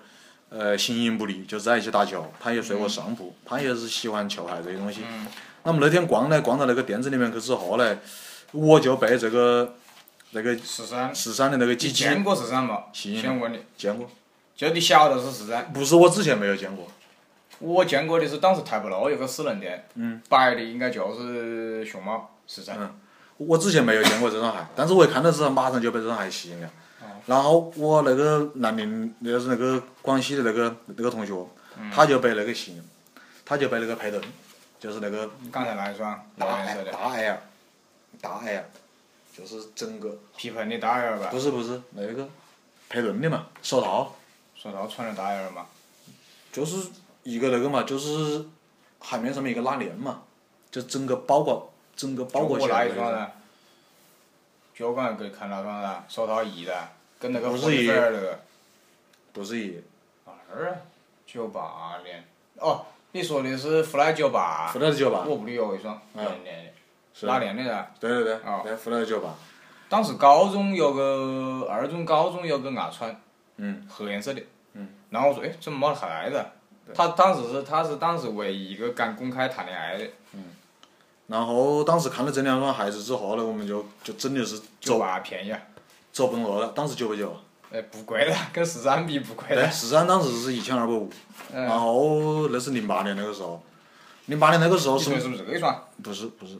Speaker 2: 呃形影不离，就在一起打球。他也睡我上铺，他也是喜欢球鞋这些东西。那么那天逛呢，逛到那个店子里面去之后呢，我就被这个那个
Speaker 1: 十三，
Speaker 2: 十三的那个
Speaker 1: 你
Speaker 2: 机器
Speaker 1: 见过十三嘛？
Speaker 2: 行
Speaker 1: 先问你，
Speaker 2: 见过，
Speaker 1: 就你晓得是十三。
Speaker 2: 不是我之前没有见过，
Speaker 1: 我见过的是当时台北路有个私人店，
Speaker 2: 嗯
Speaker 1: 摆的应该就是熊猫十三。
Speaker 2: 我之前没有见过这双鞋，但是我一看到之后马上就被这双鞋吸引了。
Speaker 1: 哦
Speaker 2: 然后我那个南宁，就是那个广西的那个那个同学，
Speaker 1: 嗯
Speaker 2: 他就被那个吸引，他就被那个佩顿，就是那个
Speaker 1: 刚才那一双
Speaker 2: 大
Speaker 1: 老颜色
Speaker 2: L
Speaker 1: 的，
Speaker 2: 大 L 大 L，就是整个
Speaker 1: 皮蓬的大 L 吧
Speaker 2: 不，是不是那个佩顿的嘛，手套
Speaker 1: 手套穿的大 L 嘛，
Speaker 2: 就是一个那个嘛，就是海绵上面一个拉链嘛，就整个包裹整个包
Speaker 1: 就
Speaker 2: 裹起
Speaker 1: 我那
Speaker 2: 来
Speaker 1: 一
Speaker 2: 的那
Speaker 1: 双
Speaker 2: 个。
Speaker 1: 呢，就我刚才给你看那双噻，手套一的，跟那个
Speaker 2: 不是
Speaker 1: 火腿
Speaker 2: 一
Speaker 1: 粉儿那个，
Speaker 2: 不是一
Speaker 1: 哪儿啊？九八年，哦，你说的是 Fly 九八
Speaker 2: 福，特的酒吧，
Speaker 1: 我屋里有一双，年年
Speaker 2: 嗯是
Speaker 1: 的，哪年的噻？
Speaker 2: 对对对，
Speaker 1: 哦
Speaker 2: 对福特的酒吧，
Speaker 1: 当时高中有个二中、高中有个外穿，
Speaker 2: 嗯，
Speaker 1: 黑颜色的，嗯，然后我说，哎，怎么没得孩子？他当时是他是当时唯一一个敢公开谈恋爱的，
Speaker 2: 然后当时看了这两双鞋子之后呢，我们就就真的是
Speaker 1: 九
Speaker 2: 走
Speaker 1: 八便宜啊，
Speaker 2: 走不动路了。当时九百九，
Speaker 1: 哎，不贵了， 跟十三比不贵
Speaker 2: 对，
Speaker 1: 了，
Speaker 2: 十三当时是一千二百五，然
Speaker 1: 嗯，
Speaker 2: 后那是零八年那个时候，零八年那个时候
Speaker 1: 你说
Speaker 2: 是
Speaker 1: 是不是这一双？
Speaker 2: 不是不是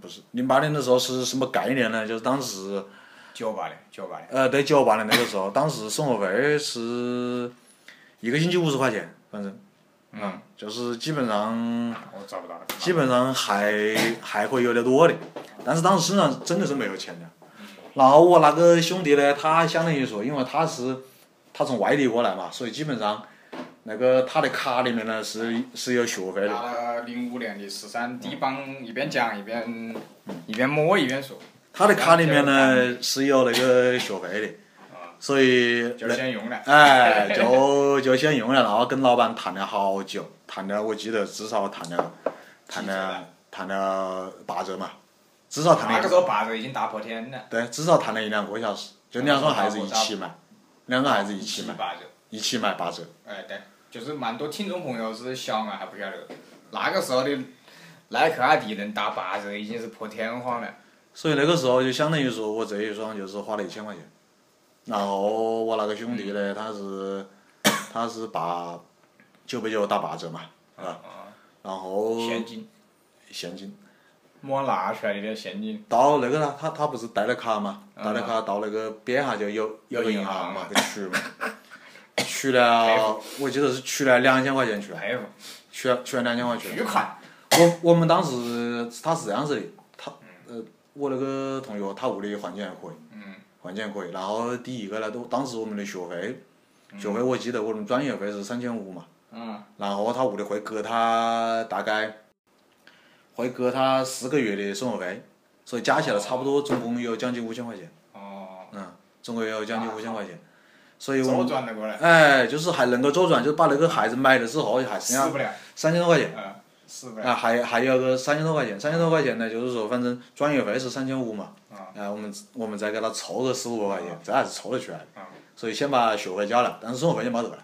Speaker 2: 不是零八年的时候是什么概念呢？就是当时
Speaker 1: 九八的，九八的，
Speaker 2: 呃对九八年那个时 候，当时生活费是一个星期五十块钱，反正
Speaker 1: 嗯，
Speaker 2: 就是基本上
Speaker 1: 我找不到了，
Speaker 2: 基本上还还会有点多的，但是当时身上真的是没有钱的。然后我那个兄弟呢，他相当于说，因为他是他从外地过来嘛，所以基本上那个他的卡里面呢是是有学费的。
Speaker 1: 拿了零五年的十三 D 帮，一边讲一边一边摸一边说，
Speaker 2: 他的卡里面呢是有那个学费的，所以
Speaker 1: 就是先用了，
Speaker 2: 哎就就先用了，然后跟老板谈了好久，谈了我记得至少谈了谈了谈了八折嘛，至少谈了
Speaker 1: 那个时候八折已经打破天了，
Speaker 2: 对，至少谈了一两个小时，就两个孩子一起买，两个孩子一起买，
Speaker 1: 八折。
Speaker 2: 一起买八折。
Speaker 1: 哎，对，就是蛮多听众朋友是小嘛还不晓得，那个时候的耐克、阿啊迪能打八折已经是破天荒了。
Speaker 2: 所以那个时候就相当于说我这一双就是花了一千块钱，然后我那个兄弟呢，他是他是把九百九打八折嘛，啊，然后
Speaker 1: 现金，
Speaker 2: 现金
Speaker 1: 摸拿出来的现金，
Speaker 2: 到那个呢，他他不是带了卡嘛，
Speaker 1: 嗯
Speaker 2: 带了卡到那个边哈就有有个银行嘛
Speaker 1: 有，
Speaker 2: 就取嘛， 取了我记得是取了两千块钱去了，
Speaker 1: 佩服，
Speaker 2: 取了取了两千块钱。
Speaker 1: 巨款，
Speaker 2: 我我们当时他是这样子的，他呃，我那个同学他屋里环境还可以，环境还可以。然后第一个呢，都当时我们的学费，学费我记得我们专业费是三千五嘛，
Speaker 1: 嗯，
Speaker 2: 然后他屋里会给他大概会给他四个月的生活费，所以加起来差不多总共有将近五千块钱，
Speaker 1: 哦，
Speaker 2: 嗯，总共有将近五千块钱，所以我
Speaker 1: 周
Speaker 2: 们
Speaker 1: 转了过来，
Speaker 2: 哎，就是还能够周转，就把那个孩子买了之后还
Speaker 1: 死
Speaker 2: 剩下
Speaker 1: 不了，
Speaker 2: 三千多块钱。
Speaker 1: 嗯，死不了，
Speaker 2: 啊，还还有个三千多块钱，三千多块钱呢，就是说反正转业费是三千五嘛，
Speaker 1: 啊
Speaker 2: 啊，我们我们再给他凑个四五百块钱，这还是凑得出来的
Speaker 1: 啊。
Speaker 2: 所以先把学费交了，但是生活费就没得了。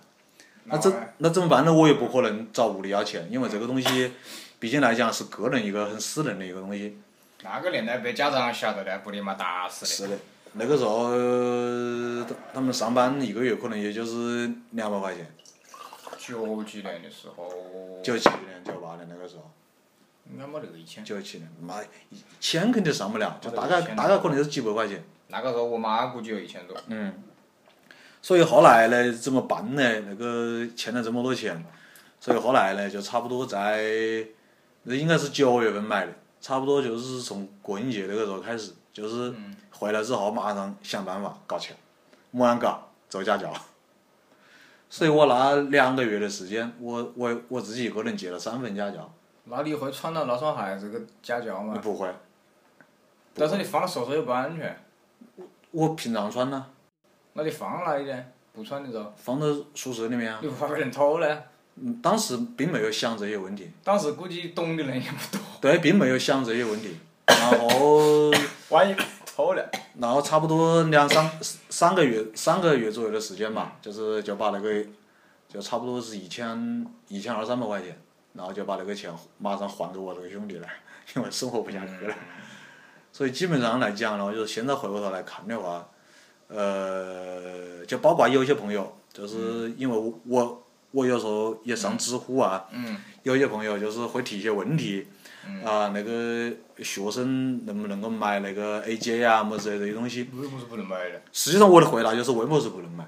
Speaker 2: 那
Speaker 1: 然
Speaker 2: 怎
Speaker 1: 后呢
Speaker 2: 那怎么办呢？我也不可能找屋里要钱，因为这个东西，毕竟来讲是个人一个很私人的一个东西。
Speaker 1: 那个年代被家长晓得的，不立马打死
Speaker 2: 是的，那个时候呃他他们上班一个月可能也就是两百块钱，
Speaker 1: 的。九几年的时候，
Speaker 2: 九七年、九八年那个时候。
Speaker 1: 应该没得一千，
Speaker 2: 九七年，妈，一千肯定上不了，就大概
Speaker 1: 一千
Speaker 2: 大概可能就是几百块钱。
Speaker 1: 那个时候我妈估计有一千多，
Speaker 2: 所以后来呢，怎么办呢？那个欠了这么多钱，所以后来呢，就差不多在，那应该是九月份买的，差不多就是从国庆节那个时候开始，就是回来之后马上想办法搞钱，没按搞做家教。所以我拿两个月的时间，我我我自己一个人接了三份家教，
Speaker 1: 那你会穿到那双鞋这个家教吗？
Speaker 2: 不会，
Speaker 1: 但是你放到手上又不安全。
Speaker 2: 我平常穿呢，
Speaker 1: 那你放哪里呢？不穿的时候，
Speaker 2: 放到宿舍里面啊。
Speaker 1: 你不怕被人偷呢？
Speaker 2: 嗯当时并没有想这些问题，
Speaker 1: 当时估计懂的人也不多，
Speaker 2: 对，并没有想这些问题。然后，
Speaker 1: 万一错了，
Speaker 2: 然后差不多两三三个月三个月左右的时间吧，就是就把那个，就差不多是一千一千二三百块钱，然后就把那个钱马上还给我那个兄弟了， 因为生活不下去了。所以基本上来讲呢，就是现在回过头来看的话，呃，就包括有些朋友，就是因为我我我有时候也上知乎啊，
Speaker 1: 嗯，
Speaker 2: 有些朋友就是会提一些问题，啊，那个学生能不能够买那个 AJ 啊，么之类的这些东西？
Speaker 1: 为什么是不能买的？
Speaker 2: 实际上我的回答就是为么是不能买？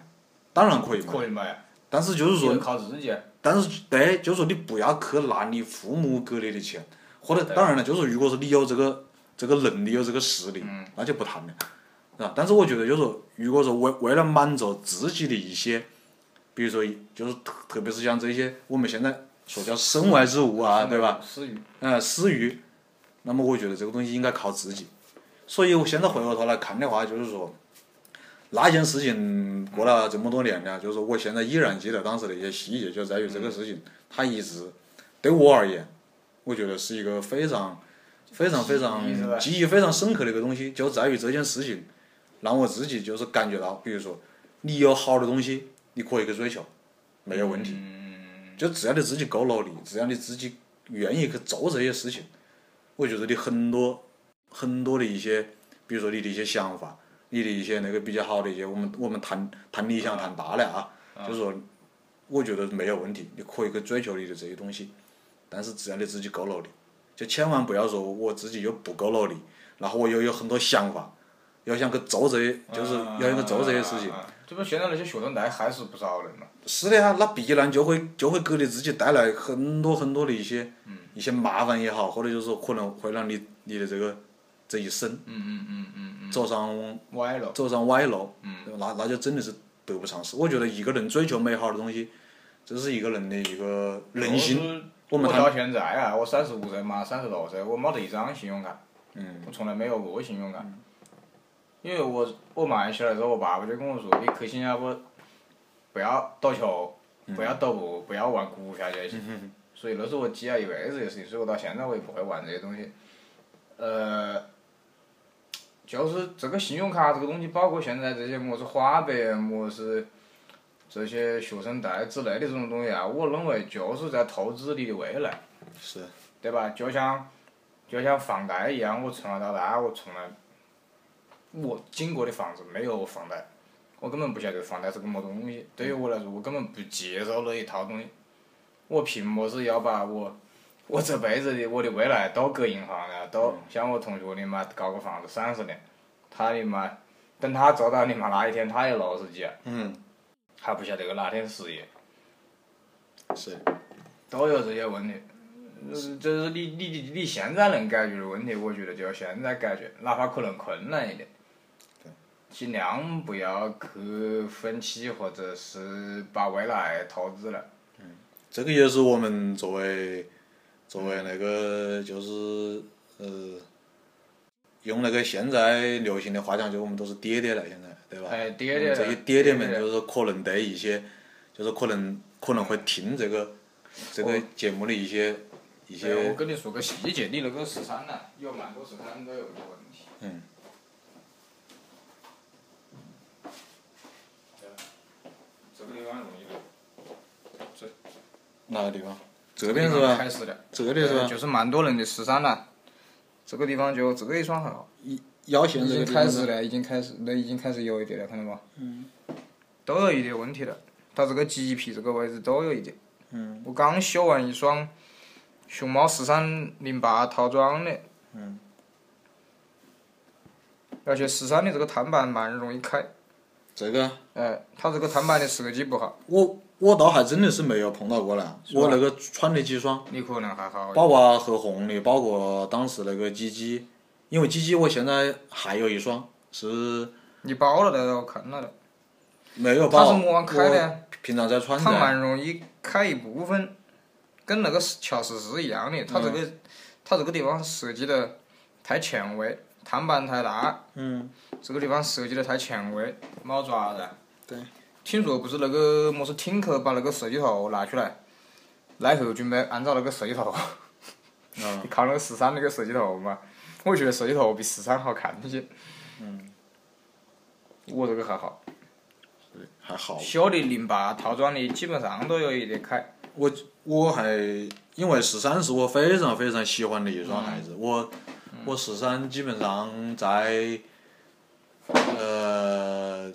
Speaker 2: 当然可以买，
Speaker 1: 可以买，啊
Speaker 2: 但是就是说，
Speaker 1: 人靠自己，啊
Speaker 2: 但是对，就是说你不要去拿你父母给你的钱，或者当然了，就是如果是你有这个这个能力有这个实力，那就不谈了，是吧？但是我觉得就是说，如果说为为了满足自己的一些，比如说就是特特别是像这些我们现在所叫身外之物啊，对吧？？
Speaker 1: 私欲，
Speaker 2: 呃，私欲，那么我觉得这个东西应该靠自己。所以我现在回过头来看的话，就是说，那件事情过了这么多年了，就是说我现在依然记得当时的一些细节，就在于这
Speaker 1: 嗯
Speaker 2: 个事情，它一直对我而言，我觉得是一个非常、非常、非常
Speaker 1: 记忆是吧
Speaker 2: 记忆非常深刻的一个东西，就在于这件事情让我自己就是感觉到，比如说你有好的东西，你可以去追求，没有问
Speaker 1: 嗯
Speaker 2: 题。就只要你自己够努力，只要你自己愿意去做这些事情，我觉得你很多很多的一些，比如说你的一些想法，你的一些那个比较好的一些，我们我们谈谈理想谈大了啊，就是说，我觉得没有问题，你可以去追求你的这些东西，但是只要你自己够努力，就千万不要说我自己又不够努力，然后我又有很多想法，要想去做这些，就是要去做这些事情。
Speaker 1: 啊，啊啊这不现在那些学生代还是不少人嘛，
Speaker 2: 是的呀，那必然就会就会给你自己带来很多很多的一些、
Speaker 1: 嗯
Speaker 2: 一些麻烦也好，或者就是说可能会让你你的这个这一生
Speaker 1: 嗯嗯嗯嗯
Speaker 2: 走上
Speaker 1: 嗯，歪了，
Speaker 2: 走上歪路，对吧那那就真的是得不偿失。我觉得一个人追求美好的东西，这是一个人的一个人性。
Speaker 1: 我
Speaker 2: 我们谈
Speaker 1: 到现在啊，我三十五岁嘛，三十六岁，我没得一张信用卡，
Speaker 2: 嗯
Speaker 1: 我从来没有过信用卡，因为我我忙起来之后，我爸爸就跟我说，你去新加坡，不要赌球，
Speaker 2: 嗯
Speaker 1: 不要赌博，不要玩股票这些，所以那是我记了一辈子的事情，所以我到现在我也不会玩这些东西，呃。就是这个信用卡这个东西，包括现在这些么是花呗，么是这些学生贷之类的这种东西啊，我认为就是在投资你的未来，
Speaker 2: 是，
Speaker 1: 对吧？就像就像房贷一样，我从小到大我从来我经过的房子没有房贷，我根本不晓得房贷是个么东西。对于我来说，我根本不接受那一套东西。我凭么子要把我我这辈子的我的未来都给银行了，都像我同学你妈搞个房子三十年，他你妈等他做到你妈哪一天他也六十几了，啊
Speaker 2: 嗯，
Speaker 1: 还不晓得哪天失业。
Speaker 2: 是。
Speaker 1: 都有这些问题，呃就是你你你你现在能解决的问题，我觉得就要现在解决，哪怕可能困难一点，尽量不要去分期或者是把未来投资了。
Speaker 2: 这个也是我们作为作为那个就是呃，用那个现在流行的话讲，就我们都是爹爹了，现在对吧？
Speaker 1: 哎爹爹了
Speaker 2: 这些爹爹们
Speaker 1: 爹爹
Speaker 2: 就是可能对一些，就是可能可能会听这个这个节目的一些一
Speaker 1: 哎我
Speaker 2: 些，
Speaker 1: 跟你说个细节，你那个十三呢，有蛮多十三都有个问题。
Speaker 2: 嗯。
Speaker 1: 啊这个地方容易的，
Speaker 2: 哪个地方？这边是吧
Speaker 1: 开？始的，
Speaker 2: 这里是
Speaker 1: 呃
Speaker 2: 吧？
Speaker 1: 就是蛮多人的十三了，这个地方就这个也算好。
Speaker 2: 腰线
Speaker 1: 已
Speaker 2: 这个
Speaker 1: 经
Speaker 2: 地方
Speaker 1: 开
Speaker 2: 是
Speaker 1: 始
Speaker 2: 吧
Speaker 1: 了，已经开始，那已经开始有一点了，看到吗？嗯。都有一点问题了，它这个鸡皮这个位置都有一点。嗯。我刚修完一双熊猫十三零八套装的。
Speaker 2: 嗯。
Speaker 1: 而且十三的这个碳板蛮容易开，
Speaker 2: 这个
Speaker 1: 哎，它这个碳板的设计不好，
Speaker 2: 我我倒还真的是没有碰到过了，
Speaker 1: 是吧
Speaker 2: 我那个穿的几双。
Speaker 1: 你可能还好。
Speaker 2: 包括和红的，包括当时那个鸡鸡，因为鸡鸡我现在还有一双是
Speaker 1: 你包了的，我看了的，
Speaker 2: 没有
Speaker 1: 它
Speaker 2: 报，
Speaker 1: 是么样开的？
Speaker 2: 我平常在穿
Speaker 1: 它
Speaker 2: 的，
Speaker 1: 蛮容易开一部分，跟那个巧石石一样的，它这个、
Speaker 2: 嗯
Speaker 1: 它这个地方设计的太前卫，碳板太大，
Speaker 2: 嗯，
Speaker 1: 这个地方设计的太前卫，猫爪子。
Speaker 2: 对。
Speaker 1: 听说不是那个么是 Tinker 把那个设计头拿出来，来时候就没按照那个水头，
Speaker 2: 嗯
Speaker 1: 你看那个十三那个水头嘛，我觉得水头比十三好看一些。
Speaker 2: 嗯，
Speaker 1: 我这个还好，
Speaker 2: 还好。
Speaker 1: 小的零八套装的基本上都有一点开。
Speaker 2: 我我还因为十三是我非常非常喜欢的一
Speaker 1: 嗯
Speaker 2: 双鞋子，我我十三基本上在呃，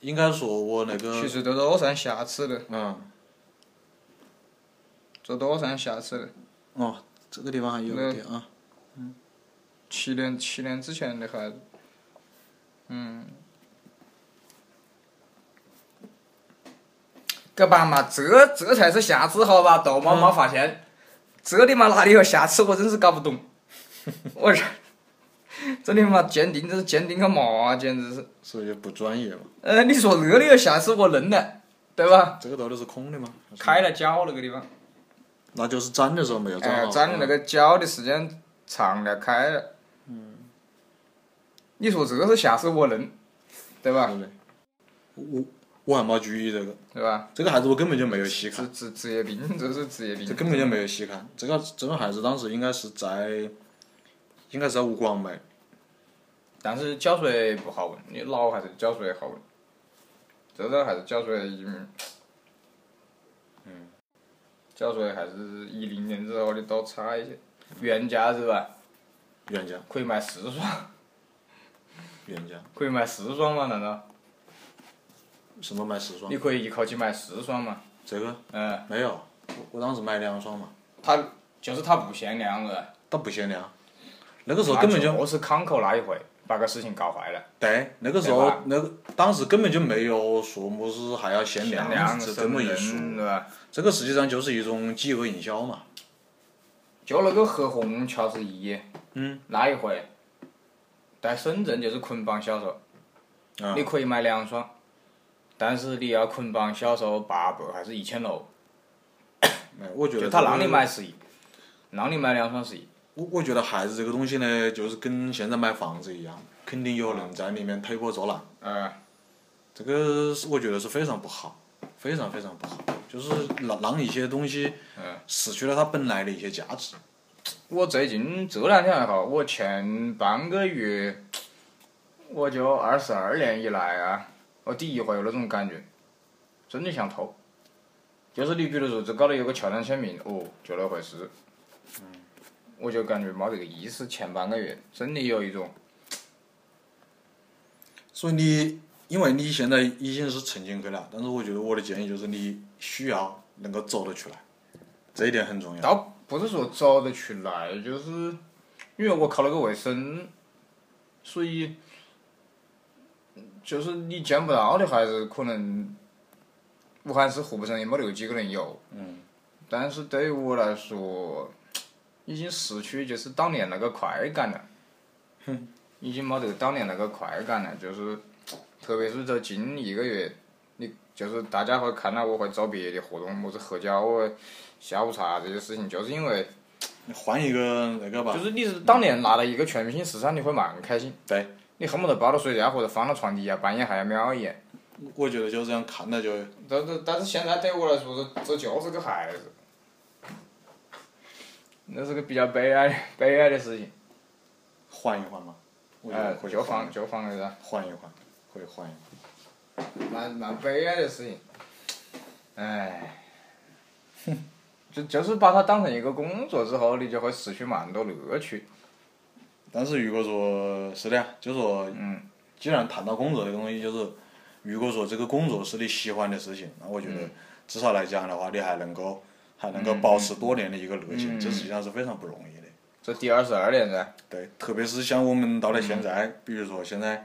Speaker 2: 应该说我那个
Speaker 1: 其实这都算瑕疵的，
Speaker 2: 嗯
Speaker 1: 这都算瑕疵的。
Speaker 2: 哦，这个地方还有一
Speaker 1: 嗯
Speaker 2: 点啊，
Speaker 1: 七年七年之前的孩子，嗯，搿吧嘛，这这才是瑕疵好吧？豆猫没发现，这里嘛哪里有瑕疵，我真是搞不 懂。我这这里嘛鉴定，这是鉴定个嘛，简直是。
Speaker 2: 所以不专业嘛。
Speaker 1: 呃，你说这里有瑕疵，我认了，对吧？
Speaker 2: 这个到底是空的吗？
Speaker 1: 开了胶那个地方，
Speaker 2: 那就是粘的时候没有粘
Speaker 1: 哎
Speaker 2: 好。，啊
Speaker 1: 粘的那个胶的时间长了，开了。嗯。你说这是瑕疵，我能，对吧？
Speaker 2: 对不对？我我还没注意这个，
Speaker 1: 对吧？
Speaker 2: 这个鞋子我根本就没有细看
Speaker 1: 职。职职业病，这是职业病
Speaker 2: 这。根本就没有细看。这个这种鞋子当时应该是在，应该是在武广买，
Speaker 1: 但是胶水不好闻，你老还是胶水好闻。这个还是胶水，嗯，
Speaker 2: 嗯
Speaker 1: 胶水还是一零年之后的都差一些。原价是吧？
Speaker 2: 原价
Speaker 1: 可以买十双，
Speaker 2: 原价，
Speaker 1: 可以买十双吗？难道
Speaker 2: 什么买十双
Speaker 1: 你？可以一口气买十双吗？
Speaker 2: 这个
Speaker 1: 嗯。
Speaker 2: 没有，我我当时买两双嘛，
Speaker 1: 它就是它不限量了，
Speaker 2: 但不限量。那个时候根本就
Speaker 1: 我是康口那一回把个事情搞坏了，
Speaker 2: 对，那个时
Speaker 1: 对
Speaker 2: 候
Speaker 1: 吧
Speaker 2: 那个当时根本就没有说么是还要限
Speaker 1: 限
Speaker 2: 量，
Speaker 1: 量
Speaker 2: 这
Speaker 1: 是
Speaker 2: 这么一说，
Speaker 1: 对吧？
Speaker 2: 这个实际上就是一种饥饿营销嘛。
Speaker 1: 就那个和红乔十一，
Speaker 2: 嗯，
Speaker 1: 那一回，在深圳就是捆绑销售，
Speaker 2: 啊
Speaker 1: 你可以买两双，但是你要捆绑销售八百还是一千六，
Speaker 2: 哎我觉
Speaker 1: 就
Speaker 2: 得
Speaker 1: 他
Speaker 2: 这个
Speaker 1: 让你买十一，让你买两双十一，
Speaker 2: 我我觉得孩子这个东西呢，就是跟现在买房子一样，肯定有人在里面推波助澜。
Speaker 1: 呃，
Speaker 2: 这个是我觉得是非常不好，非常非常不好，就是让让一些东西
Speaker 1: 嗯
Speaker 2: 失去了它本来的一些价值。
Speaker 1: 我最近这两天还好，我前半个月，我就二十二年以来啊，我第一回有那种感觉，真的想吐。就是你比如说这高头有个乔丹签名，哦，就那回事。我就感觉没这个意思，前半个月真的有一种，
Speaker 2: 所以你，因为你现在已经是沉进去了，但是我觉得我的建议就是你需要能够走得出来，这一点很重要。
Speaker 1: 倒不是说走得出来，就是因为我考了个卫生，所以就是你见不到的还是可能武汉市、湖北省也没得有几个人有。嗯。但是对于我来说，已经失去就是当年那个快感 了。已经没得当年那个快感了，就是特别是这近一个月，你就是大家会看到我会做别的活动，么子喝酒啊、下午茶这些事情，就是因为
Speaker 2: 你换一个那个吧
Speaker 1: 就，是你是当年拿了一个全明星十三，你会蛮开心。
Speaker 2: 对。
Speaker 1: 你恨不得抱到睡觉，或者放到床底下，半夜还要瞄一眼。
Speaker 2: 我觉得就这样看待就
Speaker 1: 但是但是现在对我来说，这这就是个孩子，那是个比较悲哀的悲哀的事情。
Speaker 2: 换一换嘛。我觉
Speaker 1: 哎
Speaker 2: 得，可以
Speaker 1: 就
Speaker 2: 换
Speaker 1: 放
Speaker 2: 一
Speaker 1: 就放个啥，
Speaker 2: 换一换，可以换一换。
Speaker 1: 蛮蛮悲哀的事情。哎，就就是把它当成一个工作之后，你就会失去蛮多乐趣。
Speaker 2: 但是如果说是的呀，就说，
Speaker 1: 嗯，
Speaker 2: 既然谈到工作这个东西，就是如果说这个工作是你喜欢的事情，那我觉得至少来讲的话，你还能够还能够保持多年的一个热情，这实际上是非常不容易的。
Speaker 1: 这第二十二年噻，
Speaker 2: 对，特别是像我们到了现在，比如说现在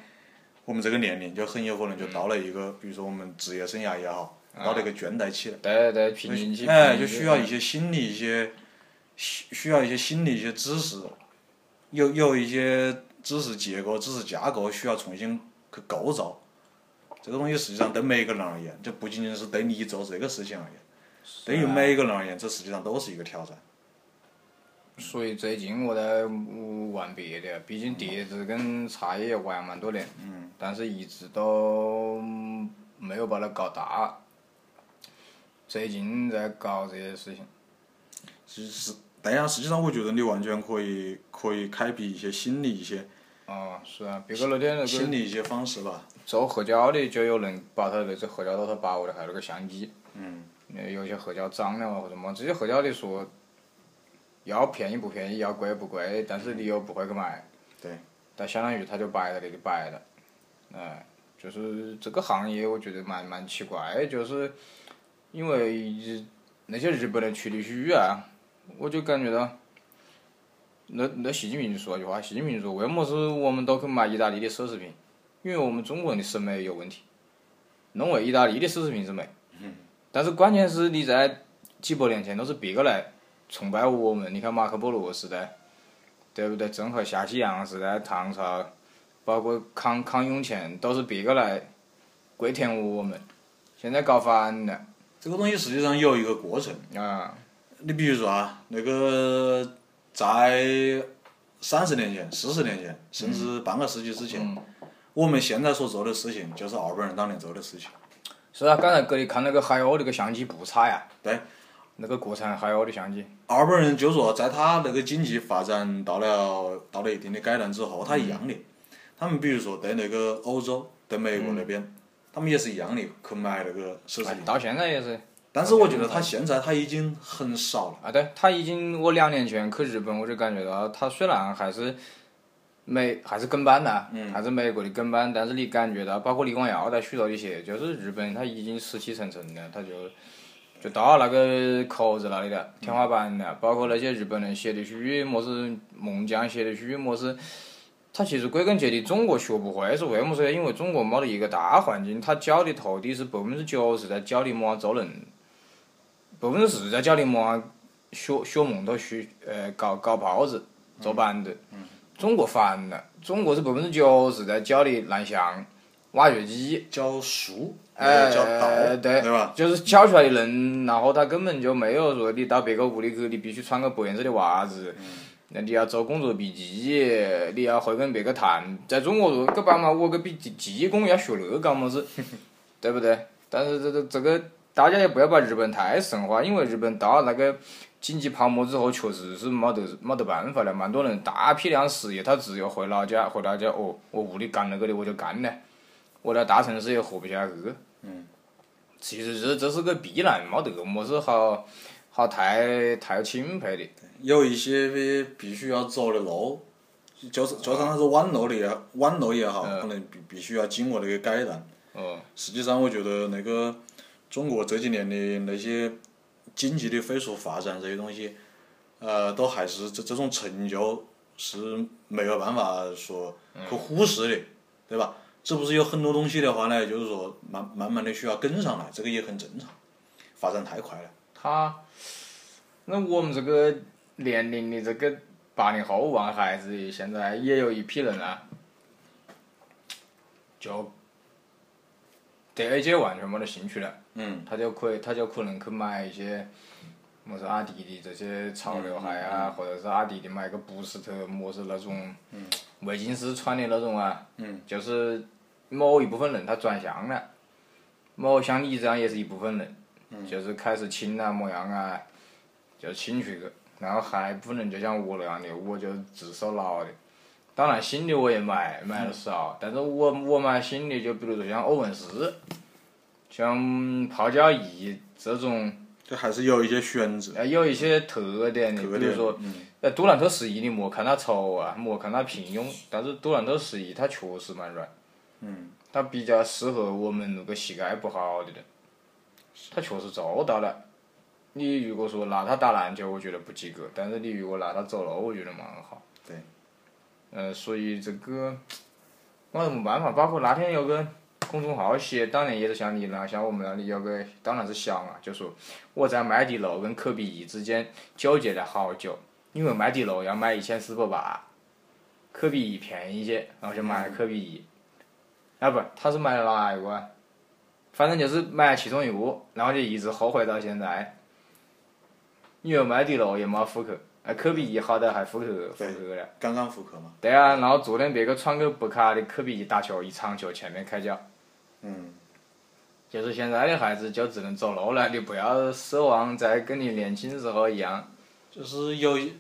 Speaker 2: 我们这个年龄，就很有可能就到了一个，比如说我们职业生涯也好，到了一个倦怠期了。
Speaker 1: 对对，平静期。
Speaker 2: 哎，
Speaker 1: 平
Speaker 2: 就
Speaker 1: 静期
Speaker 2: 需要一些新的一些需需要一些新的一些知识，有有一些知识结构、知识架构需要重新去构造。这个东西实际上对每一个人而言，就不仅仅是对你做这个事情而言，
Speaker 1: 啊
Speaker 2: 对于每一个人而言，这实际上都是一个挑战。
Speaker 1: 所以最近我在玩别的，毕
Speaker 2: 嗯
Speaker 1: 竟碟子跟茶叶玩蛮多年，但是一直都没有把它搞大。最近在搞这些事情。
Speaker 2: 其实，但呀，实际上我觉得你完全可以可以开辟一些新的一些
Speaker 1: 哦，是啊，别个那天那个
Speaker 2: 新的一些方式吧。
Speaker 1: 做黑胶的，就有人把他那只黑胶到他把握的，还有那个相机。
Speaker 2: 嗯。
Speaker 1: 呃有些黑胶脏了啊或者什么，这些黑胶的说，要便宜不便宜，要贵不贵，但是你又不会去买。
Speaker 2: 对。
Speaker 1: 但相当于它就摆在那里摆着，哎，就是这个行业，我觉得蛮蛮奇怪，就是因为日那些日本人去的虚啊，我就感觉到。那那习近平说一句话，习近平说为么是我们都去买意大利的奢侈品？因为我们中国人的审美有问题，认为意大利的奢侈品是美。但是关键是你在几百年前都是别个来崇拜我们，你看马可波罗时代，对不对？郑和下西洋时代，唐朝，包括康康雍乾，都是别个来跪舔我们。现在搞反了
Speaker 2: 这个东西实际上有一个过程。
Speaker 1: 啊！
Speaker 2: 你比如说啊，那个在三十年前、四十年前，甚至半个世纪之前，我们现在所做的事情，就是日本人当年做的事情。
Speaker 1: 是啊，刚才给你看那个海鸥那个相机不差呀，
Speaker 2: 对，
Speaker 1: 那个国产海鸥的相机，
Speaker 2: 日本人就说，在他那个经济发展到了到了一定的阶段之后，他一样的，他们比如说在那个欧洲、在美国那边，他们也是一样的去买那个奢侈
Speaker 1: 哎
Speaker 2: 品，，
Speaker 1: 到现在也是
Speaker 2: 但是我觉得他现在他已经很少了。
Speaker 1: 啊，对他已经，我两年前去日本，我就感觉到他虽然还是美，还是跟班呐、
Speaker 2: 嗯
Speaker 1: 还是美国的跟班，但是你感觉到，包括李光耀在许多一些，就是日本他已经死气沉沉的，他就就到那个口子那里了，天花板了，包括那些日本人写的书，么是孟姜写的书，么是。他其实归根结底，中国学不会是为么子呢？因为中国没得一个大环境，他教的头底是百分之九十在教你么做人，百分之十在教你么学学蒙头学呃搞搞炮子做板的，中国反了，中国是百分之九十在教你南翔、挖掘机，
Speaker 2: 教书，
Speaker 1: 哎
Speaker 2: 教道，
Speaker 1: 对
Speaker 2: 对吧？
Speaker 1: 就是教出来的人，然后他根本就没有说你到别个屋里去，你必须穿个白颜色的袜子，那你要做工作笔记，你要会跟别个谈。在中国说，搿帮嘛，我搿笔记记功要学那个么子，对不对？但是这这这个大家也不要把日本太神化，因为日本到那个经济泡沫之后，确实是没得没得办法了，蛮多人大批量失业，他只有回老家，回老家哦，我屋里干那个的我就干了，我在大城市也活不下去。其实这这是个必然，没得么子好好太太钦佩的。
Speaker 2: 有一些必须要走的路，就是就算它是弯路的也弯路也好，可能必必须要经过那个阶段。
Speaker 1: 哦，
Speaker 2: 实际上，我觉得那个中国这几年的那些经济的飞速发展这些东西，呃，都还是这这种成就是没有办法说去忽视的，对吧？这不是有很多东西的话呢，就是说慢慢慢的需要跟上来，这个也很正常，发展太快了。
Speaker 1: 他，那我们这个年龄的这个八零后王孩子，现在也有一批人啊，就对 A J 完全没得兴趣了。
Speaker 2: 嗯。
Speaker 1: 他就可以，他就可能去买一些，么是阿迪的这些潮流鞋啊，或者是阿迪的买个布斯特，么是那种，维金斯穿的那种啊，就是某一部分人他转向了，某像你这样也是一部分人，就是开始轻啊么样啊，就轻出去，然后还不能就像我那样的，我就自售老的。当然，新的我也买买了少，但是我我买新的，就比如说像欧文斯，像泡椒椅这种，
Speaker 2: 就嗯还是有一些选择。
Speaker 1: 呃，有一些特点的，
Speaker 2: 嗯特
Speaker 1: 比如
Speaker 2: 点
Speaker 1: 说，呃，杜兰特十一你莫看他丑啊，莫看他平庸，但是杜兰特十一他确实蛮软，嗯，他比较适合我们那个膝盖不好的人，他确实做到了。你如果说拿他打篮球，我觉得不及格，但是你如果拿他走路，我觉得蛮好。
Speaker 2: 对。
Speaker 1: 呃，所以这个我也没办法，包括那天有个公众号写，当年也是像你那像我们那里有个，当然是想啊，就说我在麦迪楼跟科比一之间纠结了好久，因为麦迪楼要卖一千四百八，科比一便宜些，然后就买了科比一、啊不，他是买了哪一个啊？反正就是买其中一个，然后就一直后悔到现在。因为麦迪楼也没复刻，啊，科比一好歹还复刻复刻了。
Speaker 2: 刚刚复刻嘛，
Speaker 1: 对啊，然后昨天别个穿个博卡的科比一打球，一场球前面开脚，
Speaker 2: 嗯，
Speaker 1: 就是现在的孩子就只能走路了，你不要奢望再跟你年轻时候一样。
Speaker 2: 就是有一，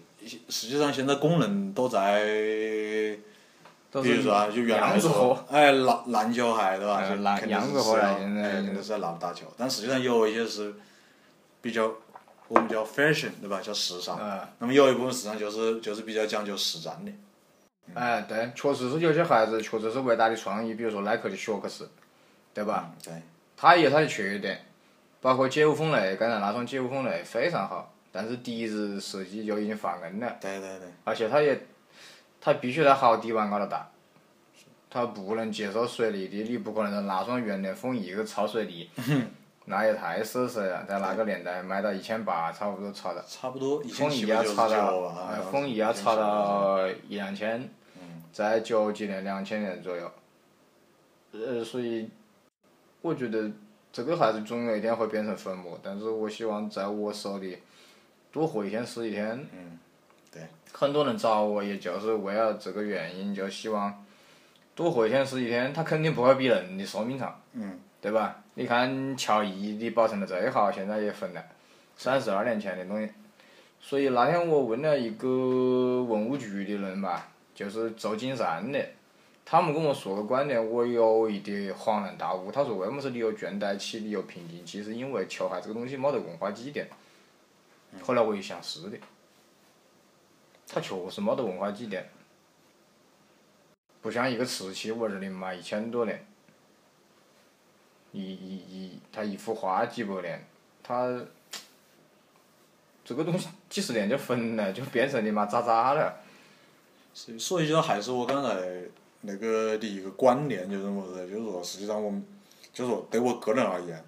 Speaker 2: 实际上现在工人都在，
Speaker 1: 都
Speaker 2: 比
Speaker 1: 是
Speaker 2: 如说啊，就原来
Speaker 1: 样子
Speaker 2: 说
Speaker 1: 活，，
Speaker 2: 哎，篮篮球鞋对吧？
Speaker 1: 嗯
Speaker 2: 就
Speaker 1: 篮
Speaker 2: 肯定
Speaker 1: 样
Speaker 2: 是
Speaker 1: 子活了
Speaker 2: 要
Speaker 1: 现在
Speaker 2: 哎
Speaker 1: 就是
Speaker 2: 肯定是在老打球，但实际上有一些是比较我们叫 fashion 对吧？叫时尚。
Speaker 1: 嗯，
Speaker 2: 那么有一部分时尚就是就是比较讲究实战的，嗯
Speaker 1: 哎，对，确实是有些孩子确实是伟大的创意，比如说耐克的雪克斯，对吧？
Speaker 2: 嗯，对，
Speaker 1: 它也有它的缺点，包括街舞风雷，刚才那双街舞风雷非常好，但是底子实际就已经发硬了，
Speaker 2: 对对对，
Speaker 1: 而且它也，它必须在好底板高头打，它不能接受水泥的，你不可能拿双圆的缝一个抄水泥，那也太奢侈了，在啊那个年代卖到一千八差不多抄到，
Speaker 2: 差不多一千
Speaker 1: 风
Speaker 2: 七
Speaker 1: 衣
Speaker 2: 百
Speaker 1: 要
Speaker 2: 九十
Speaker 1: 抄
Speaker 2: 九
Speaker 1: 到，
Speaker 2: 吧，
Speaker 1: 哎
Speaker 2: 啊，
Speaker 1: 风衣要抄，
Speaker 2: 1799
Speaker 1: 到一两千，
Speaker 2: 嗯
Speaker 1: 在九几年两千年左右，呃，所以我觉得这个还是总有一天会变成粉末，但是我希望在我手里多活一天是一天。
Speaker 2: 嗯，对。
Speaker 1: 很多人找我，也就是为了这个原因，就希望多活一天是一天。他肯定不会比人的寿命长，
Speaker 2: 嗯，
Speaker 1: 对吧？你看乔伊的保存的最好，现在也分了，三十二年前的东西。所以那天我问了一个文物局的人吧，就是做金山的，他们跟我说个观点，我有一点恍然大悟。他说为么子你有倦怠期，你有瓶颈期，是因为球鞋这个东西没得文化积淀。后来我一想是的，它确实没得文化积淀，不像一个瓷器，我日你妈一千多年，一一一，它一幅画几百年，它这个东西几十年就分了，就变成你妈渣渣了。
Speaker 2: 所以说一下，还是我刚才那个的一个观点，就是么子，就是说，实际上我们，就是说，对我个人而言，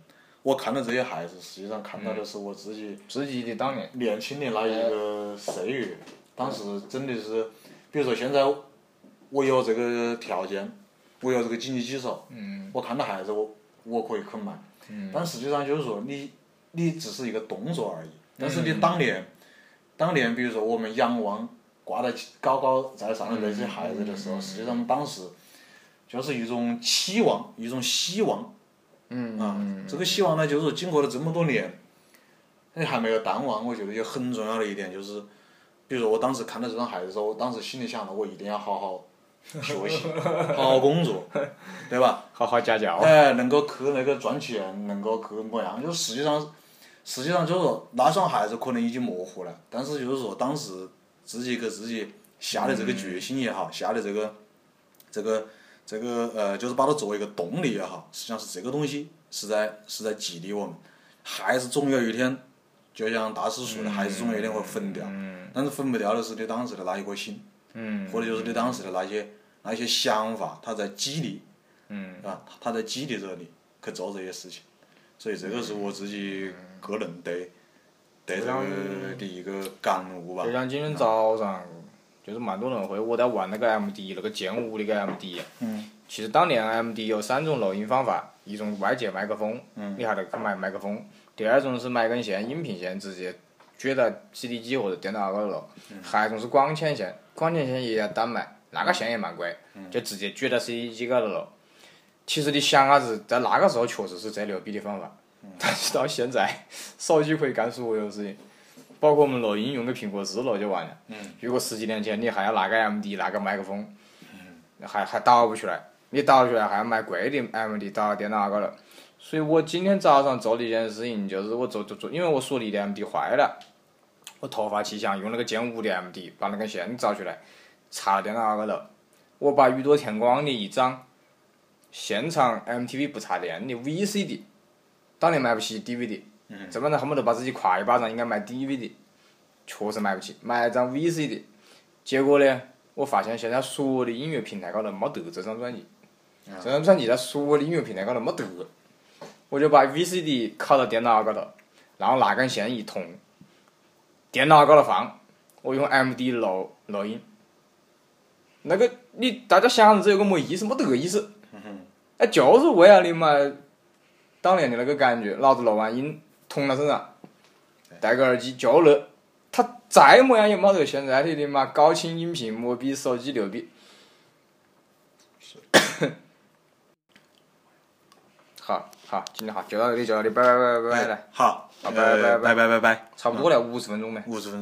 Speaker 2: 我看到这些孩子，实际上看到的是我自己
Speaker 1: 自己的当年，
Speaker 2: 年轻的那一个岁月。当时真的是，比如说现在我有这个条件，我有这个经济基础，
Speaker 1: 嗯，
Speaker 2: 我看到孩子我我可以去买，但实际上就是说你你只是一个动作
Speaker 1: 嗯
Speaker 2: 而已，但是你当年、当年比如说我们仰望挂在高高在上的那些孩子的
Speaker 1: 嗯
Speaker 2: 时候，实际上当时就是一种期望，一种希望
Speaker 1: 嗯
Speaker 2: 啊，这个希望呢，就是经过了这么多年，那还没有淡忘，我觉得也很重要的一点就是，比如说我当时看到这双鞋子的时候，我当时心里想了，我一定要好好学习，好好工作，对吧？
Speaker 1: 好好家教。
Speaker 2: 哎，能够去那个赚钱，能够去么样？就实际上，实际上就是说，那双鞋子可能已经模糊了，但是就是说，当时自己给自己下的这个决心也好，下的这个这个这个呃，就是把它作为一个动力也好，实际上是这个东西是在是在激励我们，还是总有一天，就像大师
Speaker 1: 嗯
Speaker 2: 说的，还是总有一天会分掉。但是分不掉的是你当时的那一颗心，
Speaker 1: 嗯
Speaker 2: 或者就是你当时的那些那些想法，它在激励。
Speaker 1: 嗯，
Speaker 2: 啊，他在基地这里去做这些事情，所以这个是我自己
Speaker 1: 嗯
Speaker 2: 个人对对这个的一个感悟吧
Speaker 1: 就。像今天早上，就是蛮多人会我在玩那个 MD 那个剑舞的个 MD。
Speaker 2: 嗯。
Speaker 1: 其实当年 MD 有三种录音方法，一种外接麦克风，
Speaker 2: 嗯
Speaker 1: 你还得去买麦克风；第二种是买根线，音频线直接撅到 CD 机或者电脑高头录；
Speaker 2: 嗯
Speaker 1: 还有一种是光纤线，光纤线也要单买，那个线也蛮贵，
Speaker 2: 嗯
Speaker 1: 就直接撅到 CD 机高头录。其实你想下子，在那个时候确实是最牛逼的方法，
Speaker 2: 嗯
Speaker 1: 但是到现在，手机可以干所有事情。包括我们录音用个苹果四录就完了。如果十几年前你还要拿个 MD 拿个麦克风，还还导不出来，你导出来还要买贵的 MD 导到电脑高头。所以我今天早上做的一件事情就是我做做做，因为我索尼的 MD 坏了，我突发奇想用那个剑五的 MD 把那根线找出来，插到电脑高头，我把宇多田光的一张现场 MTV 不插电的 VCD，当年买不起 DVD，这帮人恨不得把自己挎一巴掌，应该买 DVD，确实买不起，买了张 VCD，结果呢，我发现现在所有的音乐平台高头没得这张专辑，这张专辑在所有的音乐平台高头没得，我就把 VCD 拷到电脑高头，然后拿根线一通，电脑高头放，我用 MD 录录音。那个你大家想着这有个么意思？没得意思。哎，就是为了你妈当年的那个感觉，老子录完音捅到身上，戴个耳机就乐。它再么样也没得现在的你妈高清音频幕比手机牛逼。 好好，今天好，就到这里，就到这里，拜拜拜拜拜了，
Speaker 2: 好，
Speaker 1: 好拜
Speaker 2: 呃
Speaker 1: 拜拜
Speaker 2: 拜拜拜拜，
Speaker 1: 差不多了，五十分钟呗。
Speaker 2: 五十分钟。